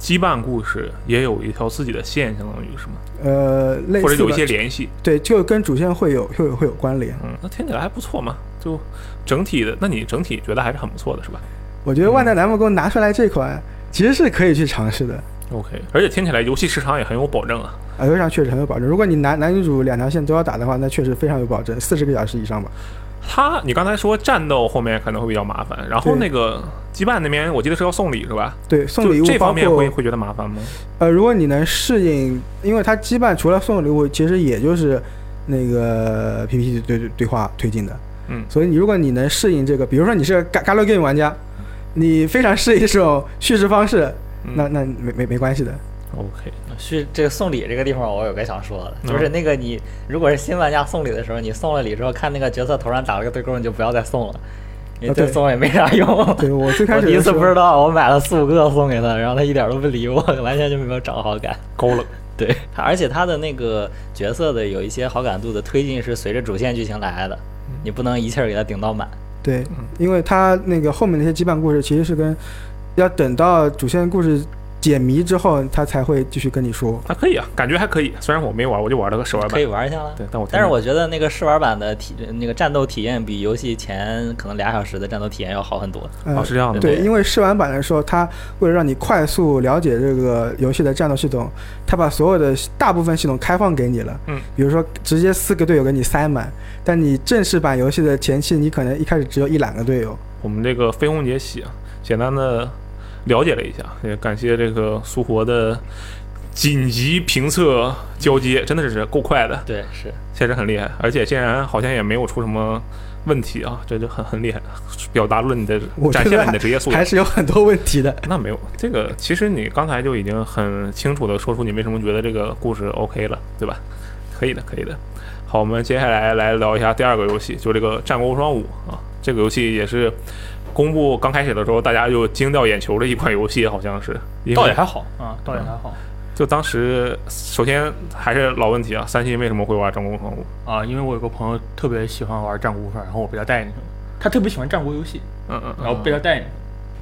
Speaker 1: 羁绊故事也有一条自己的线，相当于是吗？
Speaker 2: 呃，类
Speaker 1: 或者
Speaker 2: 似
Speaker 1: 有一
Speaker 2: 吧
Speaker 1: 些联系。
Speaker 2: 对，就跟主线会有会有会有关联。
Speaker 1: 嗯，那听起来还不错嘛。就整体的，那你整体觉得还是很不错的，是吧
Speaker 2: 我觉得万代南梦宫拿出来这款其实是可以去尝试的。
Speaker 1: ？OK，而且听起来游戏时长也很有保证啊。
Speaker 2: 耳朵上确实很有保证。如果你男男女主两条线都要打的话，那确实非常有保证，四十个小时以上吧。
Speaker 1: 他，你刚才说战斗后面可能会比较麻烦，然后
Speaker 2: 对
Speaker 1: 那个羁绊那边，我记得是要送礼是吧？
Speaker 2: 对，送礼
Speaker 1: 就
Speaker 2: 物
Speaker 1: 这
Speaker 2: 包
Speaker 1: 方面会
Speaker 2: 括
Speaker 1: 会觉得麻烦吗？
Speaker 2: 呃，如果你能适应，因为它羁绊除了送礼物，其实也就是那个 PPT 对对对话推进的。
Speaker 1: 嗯
Speaker 2: 所以你如果你能适应这个，比如说你是个 g a l a game 玩家，你非常适应这种叙事方式，
Speaker 1: 嗯
Speaker 2: 那那没没没关系的。
Speaker 1: OK，
Speaker 4: 去这个送礼这个地方，我有个想说的，就是那个你如果是新玩家送礼的时候，你送了礼之后，看那个角色头上打了个对勾，你就不要再送了，因为
Speaker 2: 啊对
Speaker 4: 再送也没啥用。
Speaker 2: 对我最开
Speaker 4: 我
Speaker 1: 哦
Speaker 2: 始
Speaker 4: 第一
Speaker 2: 的时
Speaker 4: 次
Speaker 2: 候
Speaker 4: 不知道，我买了四五个送给他，然后他一点都不理我，完全就没有找好感。
Speaker 1: 高冷。
Speaker 4: 对，他而且他的那个角色的有一些好感度的推进是随着主线剧情来的，你不能一气儿给他顶到满。
Speaker 2: 对，
Speaker 1: 嗯
Speaker 2: 因为它那个后面那些羁绊故事其实是跟要等到主线故事解谜之后，他才会继续跟你说。
Speaker 1: 还可以啊，感觉还可以。虽然我没玩，我就玩了个手玩
Speaker 4: 可
Speaker 1: 版
Speaker 4: 以，玩一下了。
Speaker 1: 对，但我
Speaker 4: 但是我觉得那个试玩版的体那个战斗体验比游戏前可能俩小时的战斗体验要好很多。
Speaker 2: 嗯、
Speaker 1: 哦是这样的吗，
Speaker 2: 对，
Speaker 4: 对
Speaker 2: 因为试玩版的时候，它为了让你快速了解这个游戏的战斗系统，它把所有的大部分系统开放给你了。
Speaker 1: 嗯，
Speaker 2: 比如说直接四个队友给你塞满，但你正式版游戏的前期，你可能一开始只有一两个队友。
Speaker 1: 我们这个飞鸿节喜啊，简单的了解了一下，也感谢这个苏活的紧急评测交接，真的是够快的，
Speaker 4: 对，是
Speaker 1: 确实很厉害，而且竟然好像也没有出什么问题啊，这就很很厉害，表达了你的
Speaker 2: 我觉
Speaker 1: 嗯展
Speaker 2: 得
Speaker 1: 现了你的职业素养
Speaker 2: 还。是有很多问题的。
Speaker 1: 那没有，这个其实你刚才就已经很清楚的说出你为什么觉得这个故事 OK 了，对吧？可以的，可以的。好，我们接下来来聊一下第二个游戏，就这个《战国无双五》啊，这个游戏也是公布刚开始的时候，大家就惊掉眼球的一款游戏，好像是。因
Speaker 3: 倒也
Speaker 1: 为
Speaker 3: 还好啊，倒也还好
Speaker 1: 就当时，首先还是老问题啊，三星为什么会玩《战国无双五》？
Speaker 3: 啊，因为我有个朋友特别喜欢玩战国无双，然后我被他带进去了。他特别喜欢战国游戏，
Speaker 1: 嗯嗯
Speaker 3: 然后被他带进去了。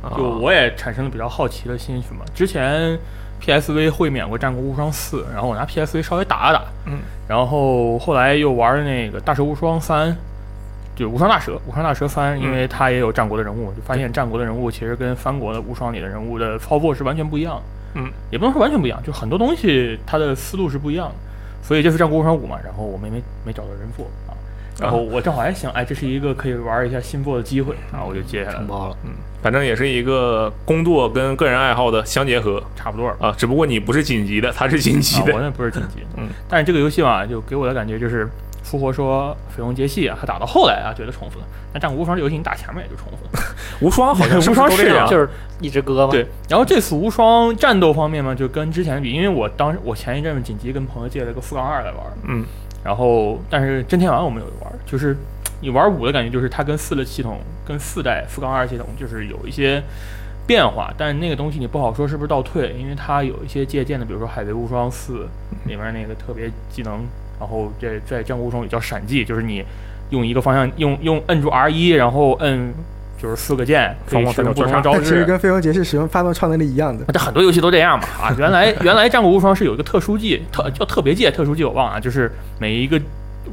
Speaker 1: 嗯，
Speaker 3: 就
Speaker 1: 啊
Speaker 3: 我也产生了比较好奇的兴趣嘛。之前 PSV 会免过《战国无双四》，然后我拿 PSV 稍微打了打，
Speaker 1: 嗯，
Speaker 3: 然后后来又玩了那个《大蛇无双三》，就《无双大蛇》，《无双大蛇三》，因
Speaker 1: 嗯
Speaker 3: 为它也有战国的人物，就发现战国的人物其实跟三国的无双里的人物的操作是完全不一样的，
Speaker 1: 嗯，
Speaker 3: 也不能说完全不一样，就很多东西它的思路是不一样的。所以这次《战国无双五》嘛，然后我们也没没找到人做啊。然后我正好还想，哎，这是一个可以玩一下新作的机会，然后我就接下来
Speaker 4: 承
Speaker 3: 了，
Speaker 4: 包了。
Speaker 1: 反正也是一个工作跟个人爱好的相结合
Speaker 3: 差不多了。
Speaker 1: 啊，只不过你不是紧急的，他是紧急
Speaker 3: 啊，我
Speaker 1: 的，
Speaker 3: 那不是晋级，
Speaker 1: 嗯，
Speaker 3: 但是这个游戏嘛，就给我的感觉就是，复活说绯红杰系啊，他打到后来啊，觉得重复了，但战国无双这游戏你打前面也就重复了，
Speaker 1: 无双好像是不
Speaker 3: 无双
Speaker 1: 都这
Speaker 3: 是
Speaker 1: 样
Speaker 3: 啊
Speaker 4: 就是一只哥嘛。
Speaker 3: 对，。然后这次无双战斗方面嘛，就跟之前比，因为我当时我前一阵子紧急跟朋友借了个《富冈二》来玩，
Speaker 1: 嗯，
Speaker 3: 然后但是真天丸我们有玩，就是你玩五的感觉就是它跟四的系统跟四代富冈二系统就是有一些变化，但是那个东西你不好说是不是倒退，因为它有一些借鉴的，比如说海贼无双四里面那个特别技能，然后这在战国无双里叫闪技，就是你用一个方向用用摁住 R 一，然后摁就是四个键，可以使用不同的
Speaker 2: 它
Speaker 3: 招式。啊
Speaker 2: 其实跟飞鸿节是使用发动超能力一样的。
Speaker 3: 但很多游戏都这样嘛啊！原来原来《战国无双》是有一个特殊技，特叫特别技，特殊技我忘了啊，就是每一个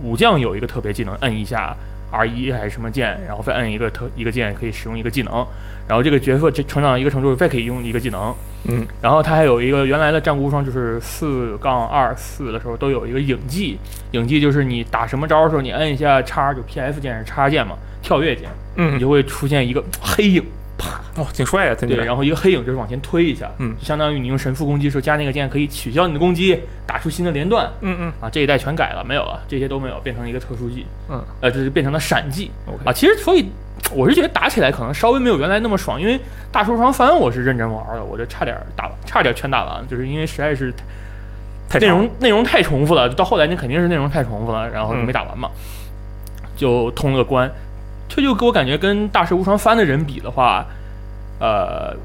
Speaker 3: 武将有一个特别技能，摁一下 R 一还是什么键，然后再摁一个特一个键可以使用一个技能，然后这个角色这成长到一个程度再可以用一个技能，
Speaker 1: 嗯，
Speaker 3: 然后它还有一个原来的《战国无双》就是四杠二四的时候都有一个影技，影技就是你打什么招的时候你摁一下叉就 PS 键是叉键嘛，跳跃键，你
Speaker 1: 嗯，
Speaker 3: 就会出现一个黑影，啪
Speaker 1: 哦，挺帅啊，听起
Speaker 3: 对，
Speaker 1: 来
Speaker 3: 然后一个黑影就是往前推一下，
Speaker 1: 嗯
Speaker 3: 就相当于你用神父攻击的时候加那个键可以取消你的攻击，打出新的连段
Speaker 1: 嗯嗯
Speaker 3: 啊，这一代全改了，没有了，这些都没有，变成了一个特殊技，
Speaker 1: 嗯
Speaker 3: 呃，就是变成了闪技
Speaker 1: ，OK
Speaker 3: 啊。其实所以我是觉得打起来可能稍微没有原来那么爽，因为大叔双三我是认真玩的，我就差点打，差点全打完，就是因为实在是
Speaker 1: 太
Speaker 3: 内
Speaker 1: 长嗯
Speaker 3: 容内容太重复了，到后来你肯定是内容太重复了，然后就没打完嘛，就通了个关。这就给我感觉跟《大蛇无双三》的人比的话，呃，《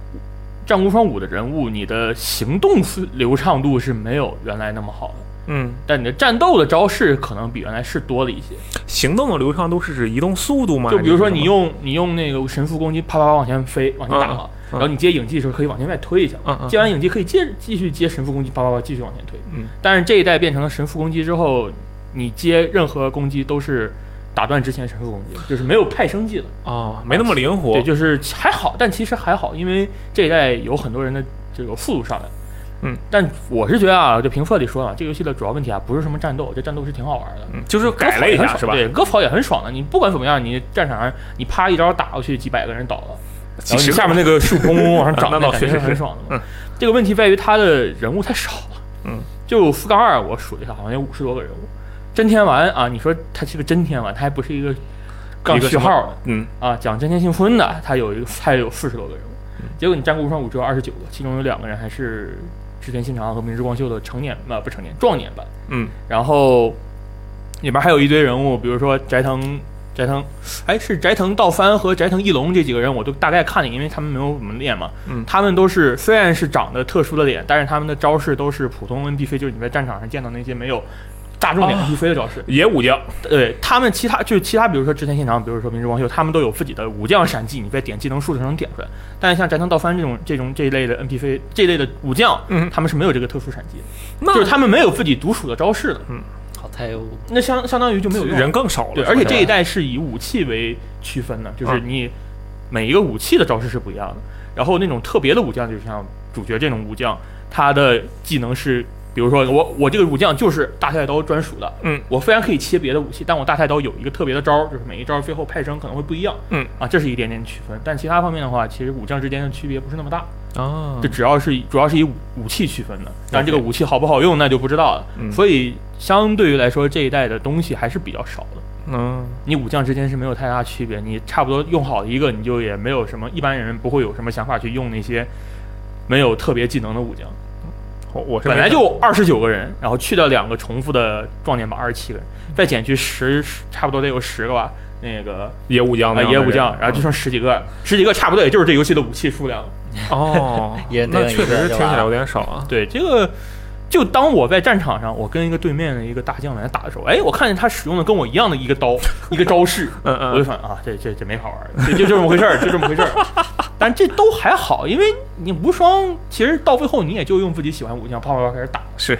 Speaker 3: 战无双五》的人物，你的行动是流畅度是没有原来那么好的，
Speaker 1: 嗯，
Speaker 3: 但你的战斗的招式可能比原来是多了一些。
Speaker 1: 行动的流畅度是指移动速度吗？
Speaker 3: 就比如说
Speaker 1: 还是
Speaker 3: 你
Speaker 1: 什么，
Speaker 3: 用你用那个神速攻击，啪啪啪往前飞，往前打嘛，
Speaker 1: 嗯
Speaker 3: 然后你接影技的时候可以往前再推一下，
Speaker 1: 嗯嗯
Speaker 3: 接完影技可以接继续接神速攻击，啪啪啪继续往前推。
Speaker 1: 嗯，
Speaker 3: 但是这一代变成了神速攻击之后，你接任何攻击都是打断之前神速攻击，就是没有派生技了。
Speaker 1: 哦，没那么灵活
Speaker 3: 对，，就是还好，但其实还好，因为这一代有很多人的这个速度上来。
Speaker 1: 嗯，
Speaker 3: 但我是觉得啊，就评测里说了，这个游戏的主要问题啊，不是什么战斗，这战斗是挺好玩的，
Speaker 1: 嗯就是
Speaker 3: 割
Speaker 1: 改
Speaker 3: 草
Speaker 1: 了
Speaker 3: 也
Speaker 1: 一
Speaker 3: 很
Speaker 1: 下
Speaker 3: 爽
Speaker 1: 是吧？
Speaker 3: 对，割草也很爽的。你不管怎么样，你战场上你啪一招打过去，几百个人倒了，然
Speaker 1: 其
Speaker 3: 后你
Speaker 1: 实
Speaker 3: 下面 那个树咣咣往 上涨，
Speaker 1: 嗯那倒
Speaker 3: 感觉
Speaker 1: 确实
Speaker 3: 很
Speaker 1: 是
Speaker 3: 爽的嘛。
Speaker 1: 嗯
Speaker 3: 这个问题在于他的人物太少了。
Speaker 1: 嗯，
Speaker 3: 就四杠二，我数了一下，好像有五十多个人物。真天丸啊，你说他是个真天丸，他还不是一个杠
Speaker 1: 一个
Speaker 3: 序
Speaker 1: 什么
Speaker 3: 号
Speaker 1: 嗯，
Speaker 3: 的啊，讲真田幸村的，他有一个他有四十多个人物。嗯结果你战国无双五只有二十九个，其中有两个人还是织田信长和明智光秀的成年啊不成年壮年版。
Speaker 1: 嗯，
Speaker 3: 然后里边还有一堆人物，比如说斋藤斋藤，哎，是斋藤道三和斋藤义龙这几个人，我都大概看了，因为他们没有怎么练嘛。
Speaker 1: 嗯
Speaker 3: 他们都是虽然是长得特殊的脸，但是他们的招式都是普通 NPC，就是你在战场上见到那些没有大众点 PV 的招式。
Speaker 1: 也武将，
Speaker 3: 对他们其他就是其他，比如说之前现场，比如说明日光秀，他们都有自己的武将闪技，你在点技能数上能点出来。但是像宅藤道番这种这种这一类的 NPC 这一类的武将，
Speaker 1: 嗯
Speaker 3: 他们是没有这个特殊闪技的，
Speaker 1: 那
Speaker 3: 就是他们没有自己独属的招式的，
Speaker 4: 好太污，，
Speaker 3: 那相相当于就没有用。
Speaker 1: 人更少了。
Speaker 3: 对，而且这一代是以武器为区分的，就是
Speaker 1: 嗯
Speaker 3: 你每一个武器的招式是不一样的。然后那种特别的武将，就像主角这种武将，他的技能是，比如说我我这个武将就是大太刀专属的，
Speaker 1: 嗯，
Speaker 3: 我虽然可以切别的武器，但我大太刀有一个特别的招儿，就是每一招儿最后派生可能会不一样，
Speaker 1: 嗯
Speaker 3: 啊，这是一点点区分。但其他方面的话，其实武将之间的区别不是那么大，
Speaker 1: 啊
Speaker 3: 这，主要是以主要是以武武器区分的，但这个
Speaker 1: OK
Speaker 3: 武器好不好用那就不知道了。
Speaker 1: 嗯
Speaker 3: 所以相对于来说，这一代的东西还是比较少的。
Speaker 1: 嗯
Speaker 3: 你武将之间是没有太大区别，你差不多用好一个，你就也没有什么一般人不会有什么想法去用那些没有特别技能的武将。
Speaker 1: 我我是
Speaker 3: 本来
Speaker 1: 没
Speaker 3: 就二十九个人，然后去掉两个重复的壮年吧，二十七个人，再减去十，差不多得有十个吧。那个
Speaker 1: 啊野武将
Speaker 3: 呃
Speaker 1: 那样的
Speaker 3: 野
Speaker 1: 人，
Speaker 3: 武将，然后就剩十几个，十几个差不多也就是这游戏的武器数量。
Speaker 1: 哦
Speaker 4: 也
Speaker 1: 那
Speaker 4: 那
Speaker 1: 确
Speaker 4: 一个
Speaker 1: 实
Speaker 4: 就
Speaker 1: 听起
Speaker 4: 完
Speaker 1: 来
Speaker 4: 了
Speaker 1: 有点少啊。
Speaker 3: 对，这个就当我在战场上，我跟一个对面的一个大将来打的时候，哎，我看见他使用的跟我一样的一个刀，一个招式，
Speaker 1: 嗯
Speaker 3: 我
Speaker 1: 嗯，
Speaker 3: 就想啊，这这这没法玩儿，这就就这么回事儿，就这么回事儿。 但这都还好，因为你无双，其实到最后你也就用自己喜欢武将啪啪啪开始打。
Speaker 1: 是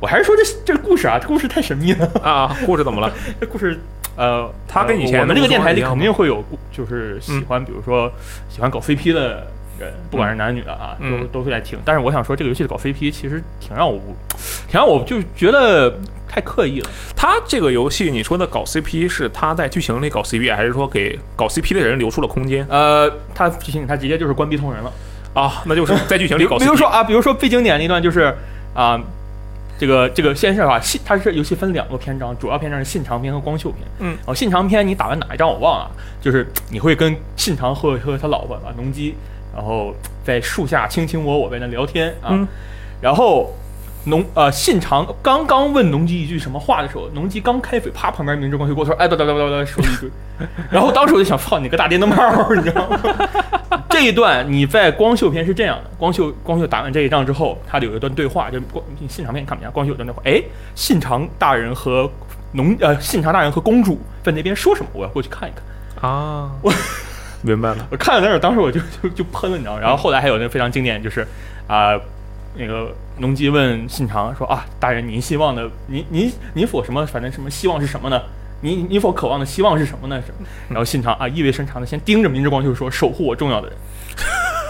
Speaker 3: 我还是说这这故事啊，这故事太神秘了。
Speaker 1: 啊，故事怎么了？
Speaker 3: 这故事，呃，
Speaker 1: 它跟以前的
Speaker 3: 我们这个电台里
Speaker 1: 无双一样吗嗯
Speaker 3: 肯定会有故，就是喜欢，比如说喜欢搞 CP 的人，不管是男女的啊，
Speaker 1: 嗯
Speaker 3: 都都会来听。但是我想说，这个游戏搞 CP 其实挺让我无，挺让我就是觉得太刻意了。
Speaker 1: 他这个游戏你说的搞 CP 是他在剧情里搞 CP，还是说给搞 CP 的人留出了空间
Speaker 3: 呃，他剧情里他直接就是关闭通人了。
Speaker 1: 啊？那就是在剧情
Speaker 3: 比
Speaker 1: 里
Speaker 3: 如
Speaker 1: 搞 CP。
Speaker 3: 比如说啊，比如说最经典的一段就是啊、这个这个先是啊，信它是游戏分两个篇章，主要篇章是信长篇和光秀篇。
Speaker 1: 嗯
Speaker 3: 然后信长篇你打完哪一章我忘了，就是你会跟信长和和他老婆啊农机，然后在树下卿卿我我在那聊天啊，
Speaker 1: 嗯
Speaker 3: 然后。农呃，信长刚刚问农机一句什么话的时候，农机刚开嘴，啪，旁边明智光秀跟我说：“哎，哒哒哒哒哒，说了一堆。” 然后当时我就想，操你个大电灯泡儿，你知道吗？ 这一段你在光秀篇是这样的，光秀光秀打完这一仗之后，他有一段对话，就光信长篇你看不见，光秀有一段对话，哎，信长大人和农呃信长大人和公主在那边说什么？我要过去看一看。
Speaker 1: 啊，我明白了。
Speaker 3: 我看到那儿，当时我就 就就喷了，你知道吗？然后后来还有那个非常经典，就是啊、那个农机问信长说啊，大人您希望的，您您您所什么，反正什么希望是什么呢？您您所渴望的希望是什么呢？是然后信长啊意味深长的先盯着明智光秀说，守护我重要的人。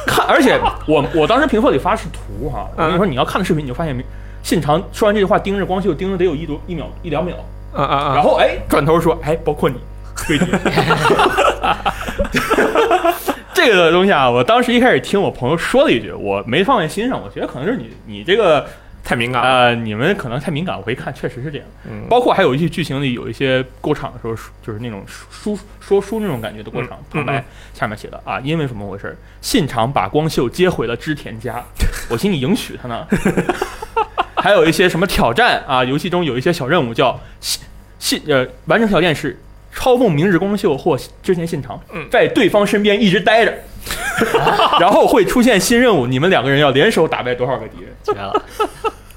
Speaker 3: 看，而且我我当时评测里发是图哈、我跟你说你要看的视频，你就发现明信长说完这句话，盯着光秀盯着得有一多一秒一两秒，
Speaker 1: 啊啊啊！
Speaker 3: 然后哎，转头说，哎，包 括你，对你。这个东西啊，我当时一开始听我朋友说了一句，我没放在心上，我觉得可能是你你这个
Speaker 1: 太敏感了。
Speaker 3: 呃，你们可能太敏感。我一看，确实是这样。
Speaker 1: 嗯
Speaker 3: 包括还有一些剧情里有一些过场的时候，就是那种书书说书那种感觉的过
Speaker 1: 嗯
Speaker 3: 场，旁白下面写的啊，因为什么回事儿？信长把光秀接回了织田 家，我心里迎娶他呢。 还有一些什么挑战啊，游戏中有一些小任务叫信信呃完成条件是操纵明日光秀或织田信长
Speaker 1: 嗯，
Speaker 3: 在对方身边一直待着。 然后会出现新任务，你们两个人要联手打败多少个敌人？
Speaker 4: 绝了，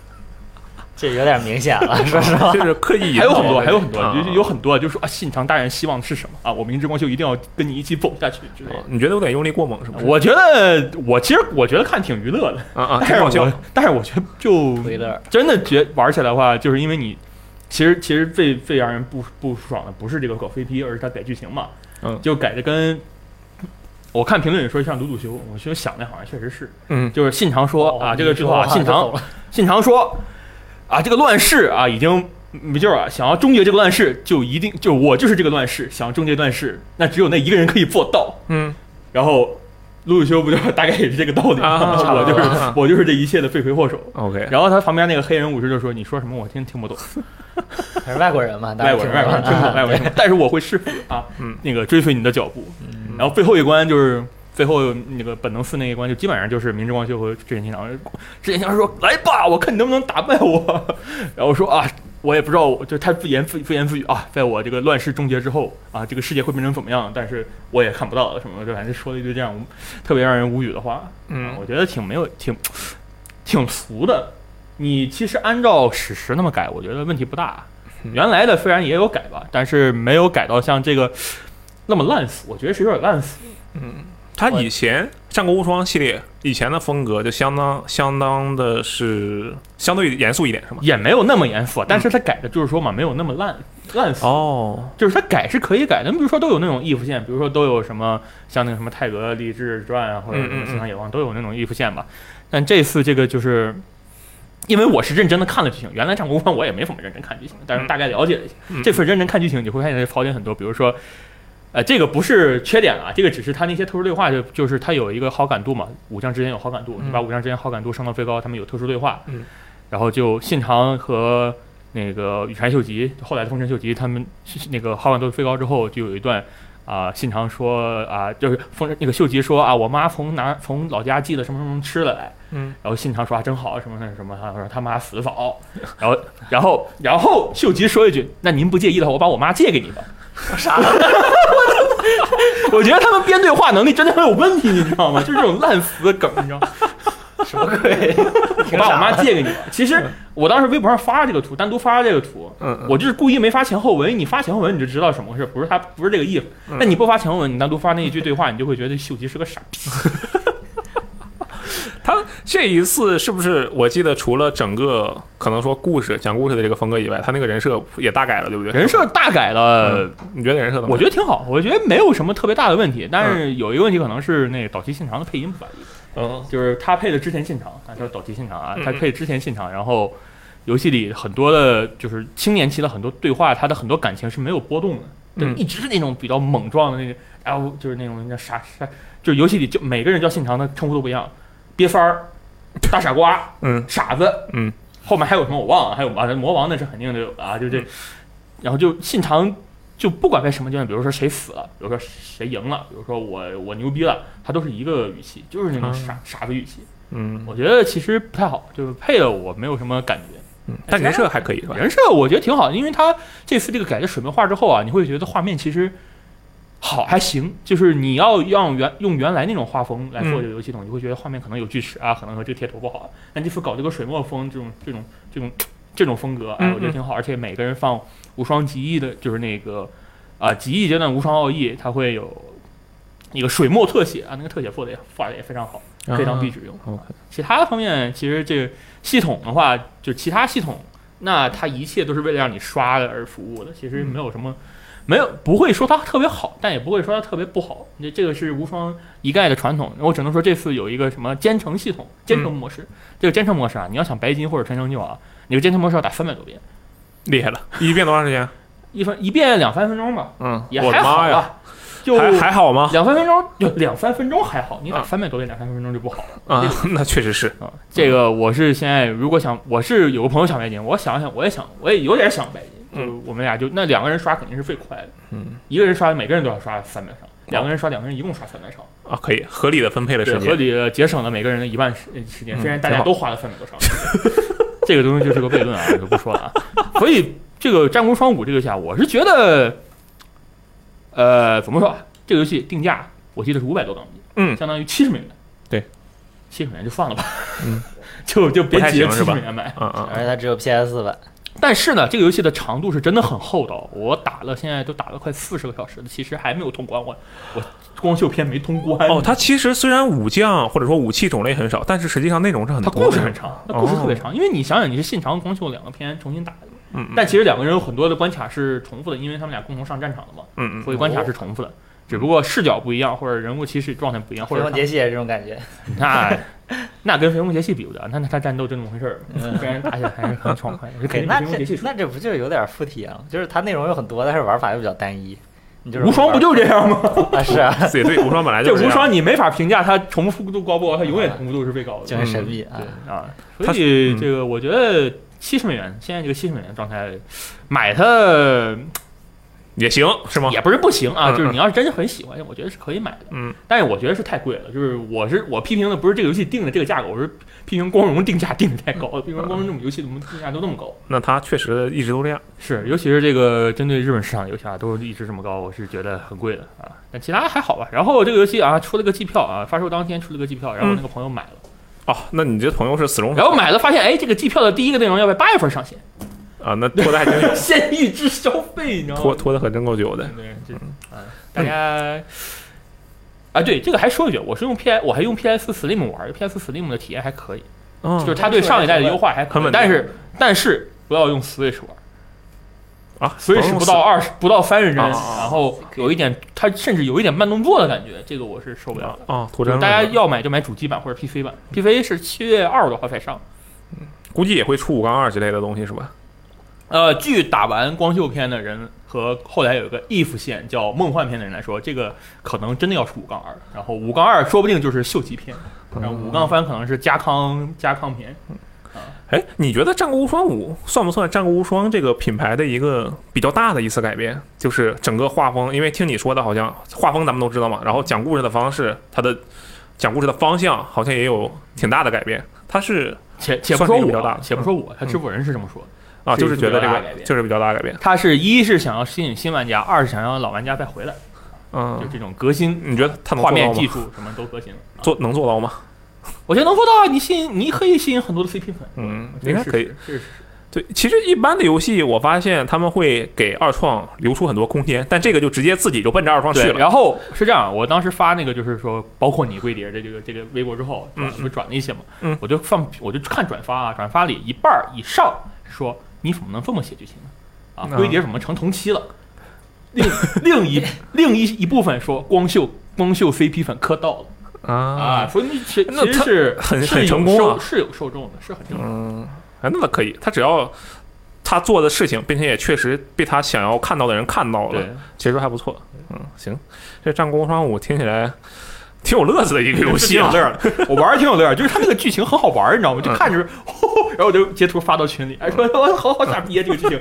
Speaker 4: 这有点明显了，说实 话。
Speaker 1: 就是刻意引
Speaker 3: 还有很
Speaker 1: 导
Speaker 3: 多，
Speaker 1: 的
Speaker 3: 还有很多，
Speaker 1: 啊
Speaker 3: 就是有很多，就是说啊，信长大人希望是什么啊？我明智光秀一定要跟你一起走下去之类的
Speaker 1: 啊。你觉得有点用力过猛是不是？
Speaker 3: 我觉得，我其实我觉得看挺娱乐的，
Speaker 1: 啊啊，
Speaker 3: 但
Speaker 1: 挺
Speaker 3: 是
Speaker 1: 搞笑
Speaker 3: 我。 但是我觉得就
Speaker 4: 推乐
Speaker 3: 真的觉玩起来的话，就是因为你其实其实最最让人不不爽的不是这个搞 CP，而是他改剧情嘛，
Speaker 1: 嗯
Speaker 3: 就改的跟我看评论里说像鲁鲁修，我就想那好像确实是，
Speaker 1: 嗯
Speaker 3: 就是信长说、
Speaker 4: 哦
Speaker 3: 啊，
Speaker 4: 你
Speaker 3: 这个句
Speaker 4: 说
Speaker 3: 话，
Speaker 4: 话
Speaker 3: 信
Speaker 4: 就
Speaker 3: 长
Speaker 4: 懂了，
Speaker 3: 信长说啊，这个乱世啊，已经没救了，想要终结这个乱世，就一定就我就是这个乱世，想终结乱世，那只有那一个人可以做到。
Speaker 1: 嗯，
Speaker 3: 然后鲁鲁修不就大概也是这个道理吗？
Speaker 1: 啊
Speaker 3: 我就是、
Speaker 1: 啊
Speaker 3: 我就是这一切的罪魁祸首。
Speaker 1: 嗯 OK，
Speaker 3: 然后他旁边那个黑人武士就说：“你说什么我听听不懂，
Speaker 4: 还是外国人嘛，当
Speaker 3: 外
Speaker 4: 然
Speaker 3: 国人外国人听不懂外国人听不懂，但是我会师傅啊，
Speaker 1: 嗯
Speaker 3: 那个追随你的脚步。”嗯然后最后一关就是最后那个本能寺那一关，就基本上就是明智光秀和志田信长。志田信长说：“来吧，我看你能不能打败我。” 然后说啊，我也不知道，我就他自言自自言自语啊，在我这个乱世终结之后啊，这个世界会变成怎么样？但是我也看不到了什么，就反正说了一堆这样特别让人无语的话。
Speaker 1: 嗯
Speaker 3: 我觉得挺没有挺挺俗的。你其实按照史实那么改，我觉得问题不大。原来的虽然也有改吧，但是没有改到像这个 那么烂死，我觉得是有点烂死。
Speaker 1: 嗯他以前《战国无双》系列以前的风格就相当相当的是相对严肃一点，是吗？
Speaker 3: 也没有那么严肃，但是他改的就是说嘛，没有那么烂烂
Speaker 1: 嗯
Speaker 3: 死，
Speaker 1: 哦，
Speaker 3: 就是他改是可以改的。你比如说都有那种 if 线，比如说都有什么像那个什么泰格励志传啊，或者什
Speaker 1: 嗯嗯
Speaker 3: 么
Speaker 1: 嗯
Speaker 3: 新唐野望都有那种 if 线吧。但这次这个就是。因为我是认真的看了剧情，原来《战国无双》我也没怎么认真看剧情，但是大概了解了一下。
Speaker 1: 嗯
Speaker 3: 这份认真看剧情，你会发现槽点很多，比如说，呃，这个不是缺点啊，这个只是他那些特殊对话就就是他有一个好感度嘛，武将之间有好感度，
Speaker 1: 嗯
Speaker 3: 你把武将之间好感度升到最高，他们有特殊对话，
Speaker 1: 嗯
Speaker 3: 然后就信长和那个羽柴秀吉，后来的丰臣秀吉，他们是那个好感度最高之后，就有一段。啊，信长说啊，就是丰臣那个秀吉说啊，我妈从哪从老家寄的什么什么吃的来，
Speaker 1: 嗯，
Speaker 3: 然后信长说啊，真好，什么什么什么，他说他妈死得早， 然后然后然后秀吉说一句，那您不介意的话，我把我妈借给你吧。
Speaker 4: 啥？
Speaker 3: 我觉得他们编对话能力真的很有问题，你知道吗？就是这种烂死的梗，你知道吗？
Speaker 4: 什么鬼？
Speaker 3: 我把我妈借给你吧。其实
Speaker 4: 嗯
Speaker 3: 我当时微博上发这个图，单独发这个图，
Speaker 1: 嗯嗯
Speaker 3: 我就是故意没发前后文，你发前后文你就知道什么回事，不是他不是这个意思。
Speaker 4: 嗯
Speaker 3: 但你不发前后文，你单独发那一句对话，你就会觉得秀吉是个傻逼。
Speaker 1: 他这一次是不是我记得除了整个可能说故事讲故事的这个风格以外，他那个人设也大改了，对不对？呃
Speaker 3: 人设大改了。
Speaker 4: 嗯
Speaker 1: 你觉得人设怎么样？
Speaker 3: 我觉得挺好，我觉得没有什么特别大的问题，
Speaker 4: 嗯
Speaker 3: 但是有一个问题可能是那个早期信长的配音不满意，
Speaker 1: 嗯
Speaker 3: 就是他配的之前信长啊，就是早期信长啊
Speaker 1: 嗯，
Speaker 3: 他配之前信长，然后游戏里很多的就是青年期的很多对话，他的很多感情是没有波动的，对，
Speaker 1: 嗯
Speaker 3: 一直是那种比较莽撞的那种，然后就是那种叫啥啥，就是游戏里就每个人叫信长的称呼都不一样，瘪三儿、大傻瓜、
Speaker 1: 嗯
Speaker 3: 傻子，
Speaker 1: 嗯，
Speaker 3: 后面还有什么我忘了，还有啊魔王那是肯定得有的啊，就这，
Speaker 1: 嗯
Speaker 3: 然后就信长就不管在什么阶段，比如说谁死了，比如说谁赢了，比如说我我牛逼了，他都是一个语气，就是那种
Speaker 1: 嗯
Speaker 3: 傻、傻子语气。
Speaker 1: 嗯
Speaker 3: 我觉得其实不太好，就是配的我没有什么感觉，
Speaker 1: 嗯，但人设还可以是吧？
Speaker 3: 人设我觉得挺好，因为他这次这个改的水墨画之后啊，你会觉得画面其实。好还行，就是你要让原用原来那种画风来做这个游戏系统，你会觉得画面可能有锯齿啊，可能和这个贴图不好。但这次搞这个水墨风这种这种这种这种风格，哎，
Speaker 1: 嗯
Speaker 3: 我觉得挺好。而且每个人放无双极意的，就是那个啊、极意阶段无双奥义，它会有一个水墨特写啊，那个特写做的也画的也非常好，
Speaker 1: 啊
Speaker 3: 可
Speaker 1: 嗯
Speaker 3: 以当壁纸用。
Speaker 1: OK
Speaker 3: 其他方面，其实这个系统的话，就其他系统，那
Speaker 1: 嗯
Speaker 3: 它一切都是为了让你刷的而服务的，其实没有什
Speaker 1: 嗯
Speaker 3: 么。没有，不会说它特别好，但也不会说它特别不好。这这个是无双一概的传统。我只能说这次有一个什么兼程系
Speaker 1: 嗯
Speaker 3: 统、兼程模式。这个兼程模式啊，你要想白金或者传承就啊，你这个兼程模式要打三百多遍，
Speaker 1: 厉害了，一遍多长时间？
Speaker 3: 一分一遍两三分钟吧，
Speaker 1: 嗯，
Speaker 3: 也
Speaker 1: 我的
Speaker 3: 还好啊
Speaker 1: 妈呀，
Speaker 3: 吧。就
Speaker 1: 还还好吗？
Speaker 3: 两三分钟，就两三分钟还好，你打
Speaker 1: 啊
Speaker 3: 三百多遍，两三分钟就不好了
Speaker 1: 啊， 那确实是，
Speaker 3: 啊。这个我是现在如果想，我是有个朋友想白金，我想想，我也想，我也有点想白金，
Speaker 1: 嗯
Speaker 3: 就我们俩就那两个人刷肯定是最快的，
Speaker 1: 嗯
Speaker 3: 一个人刷每个人都要刷三百场，两个人刷两个人一共刷三百场。
Speaker 1: 啊，可以合理的分配了
Speaker 3: 对，
Speaker 1: 时
Speaker 3: 合
Speaker 1: 间。
Speaker 3: 理地节省了每个人的一万时呃时间，
Speaker 1: 嗯
Speaker 3: 虽然大家
Speaker 1: 挺好
Speaker 3: 都花了三百多上， 这个东西就是个悖论啊，我就不说了啊。 所以这个《战国双五》这个下，我是觉得，呃，怎么说啊？这个游戏定价我记得是五百多港币，
Speaker 1: 嗯
Speaker 3: 相当于七十美元。
Speaker 1: 对，
Speaker 3: 七十美元就算了吧，
Speaker 1: 嗯，
Speaker 3: 就就别
Speaker 1: 不太
Speaker 3: 急着
Speaker 1: 行
Speaker 3: 七
Speaker 1: 是
Speaker 3: 十
Speaker 1: 吧
Speaker 3: 美元买。
Speaker 1: 啊啊
Speaker 4: 而且它只有 PS 版，
Speaker 3: 但是呢，这个游戏的长度是真的很厚道，我打了现在都打了快四十个小时了，其实还没有通关，我我光秀篇没通关。
Speaker 1: 哦，它其实虽然武将或者说武器种类很少，但是实际上内容是很
Speaker 3: 它
Speaker 1: 多的。
Speaker 3: 故事很长，它故事
Speaker 1: 哦
Speaker 3: 特别长，因为你想想，你是信长、光秀两个篇重新打的，
Speaker 1: 嗯嗯
Speaker 3: 但其实两个人有很多的关卡是重复的，因为他们俩共同上战场了嘛，
Speaker 1: 嗯
Speaker 3: 所以关卡是重复的，只不过视角不一样，或者人物其实状态不一样，或
Speaker 4: 飞
Speaker 3: 者
Speaker 4: 龙
Speaker 3: 他
Speaker 4: 杰系也是这种感觉。
Speaker 3: 那 那跟《飞龙节气》比不得，那那他战斗就那么回事儿，
Speaker 4: 嗯哎
Speaker 3: 跟人打起来还是很爽快，是肯定比
Speaker 4: 那
Speaker 3: 《飞龙节气
Speaker 4: 这》
Speaker 3: 爽。
Speaker 4: 那这不就有点附体啊？就是它内容有很多，但是玩法又比较单一。你就是
Speaker 3: 无双不就这样吗？
Speaker 4: 玩啊？是啊，
Speaker 1: 嗯， 也对，无双本来
Speaker 3: 这
Speaker 1: 就是
Speaker 3: 无
Speaker 1: 这样
Speaker 3: 双你没法评价它重复度高不高，它永远重复度是最高的。
Speaker 4: 就很神秘啊。
Speaker 3: 对啊，
Speaker 1: 它
Speaker 3: 所以
Speaker 1: 嗯
Speaker 3: 这个我觉得七十美元，现在这个七十美元状态，买它
Speaker 1: 也行是吗？
Speaker 3: 也不是不行啊，
Speaker 1: 嗯
Speaker 3: 就是你要是真是很喜欢，我觉得是可以买的。
Speaker 1: 嗯，
Speaker 3: 但是我觉得是太贵了，就是我是我批评的不是这个游戏定的这个价格，我是批评光荣定价定的太高了，批评光荣这种游戏怎么定价都那么高？
Speaker 1: 那它确实一直都这样。
Speaker 3: 是，尤其是这个针对日本市场的游戏啊，都是一直这么高，我是觉得很贵的啊。嗯但其他还好吧。然后这个游戏啊，出了个季票啊，发售当天出了个季票，然后我那个朋友买了，
Speaker 1: 哦，那你这朋友是死忠粉
Speaker 3: 然后买了发现，哎，这个机票的第一个内容要在八月份上 线，，
Speaker 1: 啊？那拖的还挺久
Speaker 3: 先预支消费，你知道吗？
Speaker 1: 拖拖的可真够久的。
Speaker 3: 对，这啊，大家啊，对这个还说一句，我是用 P I，我还用 P S Slim 玩，P S Slim 的体验还可以，
Speaker 1: 嗯
Speaker 3: 就是它对上一代的优化还可
Speaker 1: 很
Speaker 3: 以，
Speaker 1: 稳定
Speaker 3: 但是但是不要用 Switch 玩
Speaker 1: 啊
Speaker 3: ，Switch 不到二十不到三十帧，
Speaker 1: 啊啊啊
Speaker 3: 然后有一点它甚至有一点慢动作的感觉，这个我是受不了的。
Speaker 1: 啊，拖真
Speaker 3: 嗯大家要买就买主机版或者 PC 版，PC 是七月二的话才上。
Speaker 1: 估计也会出五杠二之类的东西是吧？
Speaker 3: 呃，据打完光秀篇的人和后来有一个 if 线叫梦幻篇的人来说，这个可能真的要出五杠二，然后五杠二说不定就是秀吉篇，
Speaker 1: 嗯
Speaker 3: 然后五杠三可能是加康加康篇。
Speaker 1: 哎，你觉得《战国无双五》算不算《战国无双》这个品牌的一个比较大的一次改变？就是整个画风，因为听你说的，好像画风咱们都知道嘛，然后讲故事的方式，它的讲故事的方向好像也有挺大的改变。它是
Speaker 3: 且且不
Speaker 1: 算
Speaker 3: 说
Speaker 1: 是一个比较
Speaker 3: 我
Speaker 1: 大嗯
Speaker 3: 啊，
Speaker 1: 的
Speaker 3: 且不说我，他制作人是这么说的。
Speaker 1: 啊，
Speaker 3: 是
Speaker 1: 就是觉得这
Speaker 3: 比较大的改
Speaker 1: 个
Speaker 3: 变
Speaker 1: 就是比较大的改变。
Speaker 3: 他是一是想要吸引新玩家，二是想要老玩家再回来，就
Speaker 1: 嗯，
Speaker 3: 这种革新，
Speaker 1: 你觉得它能
Speaker 3: 画
Speaker 1: 做
Speaker 3: 面
Speaker 1: 到
Speaker 3: 技
Speaker 1: 吗？
Speaker 3: 术什么都革新了。啊
Speaker 1: 做能做到吗？
Speaker 3: 我觉得能做到啊，你吸引你可以吸引很多的 CP 粉，
Speaker 1: 嗯，
Speaker 3: 这
Speaker 1: 应该
Speaker 3: 是
Speaker 1: 可以
Speaker 3: 事。实，这是
Speaker 1: 对，其实一般的游戏，我发现他们会给二创留出很多空间，但这个就直接自己就奔着二创去
Speaker 3: 对，
Speaker 1: 了。
Speaker 3: 然后是这样，我当时发那个就是说，包括你龟蝶的这个这个微博之后，
Speaker 1: 嗯
Speaker 3: 转不是转了一些嘛，
Speaker 1: 嗯
Speaker 3: 我就放我就看转发啊，转发里一半儿以上说你怎么能这么写剧情呢？啊，
Speaker 1: 嗯
Speaker 3: 龟蝶怎么成同期了？另另一另一一部分说光秀光秀 CP 粉磕到了啊，
Speaker 1: 啊，
Speaker 3: 说你其
Speaker 1: 那
Speaker 3: 其实
Speaker 1: 他
Speaker 3: 是
Speaker 1: 很
Speaker 3: 是
Speaker 1: 很
Speaker 3: 有
Speaker 1: 成功啊
Speaker 3: 受是有受众的，是很正常的。
Speaker 1: 嗯，哎，那倒可以。他只要他做的事情，并且也确实被他想要看到的人看到了，
Speaker 3: 对，
Speaker 1: 其实还不错。嗯，行，这《战国无双五》听起来挺有乐子的一个游戏啊
Speaker 3: 挺有。乐儿的，我玩儿挺有乐儿，就是他那个剧情很好玩儿，你知道吗？就
Speaker 1: 嗯
Speaker 3: 看着，然后我就截图发到群里，哎，说我好好傻逼啊，这个剧情。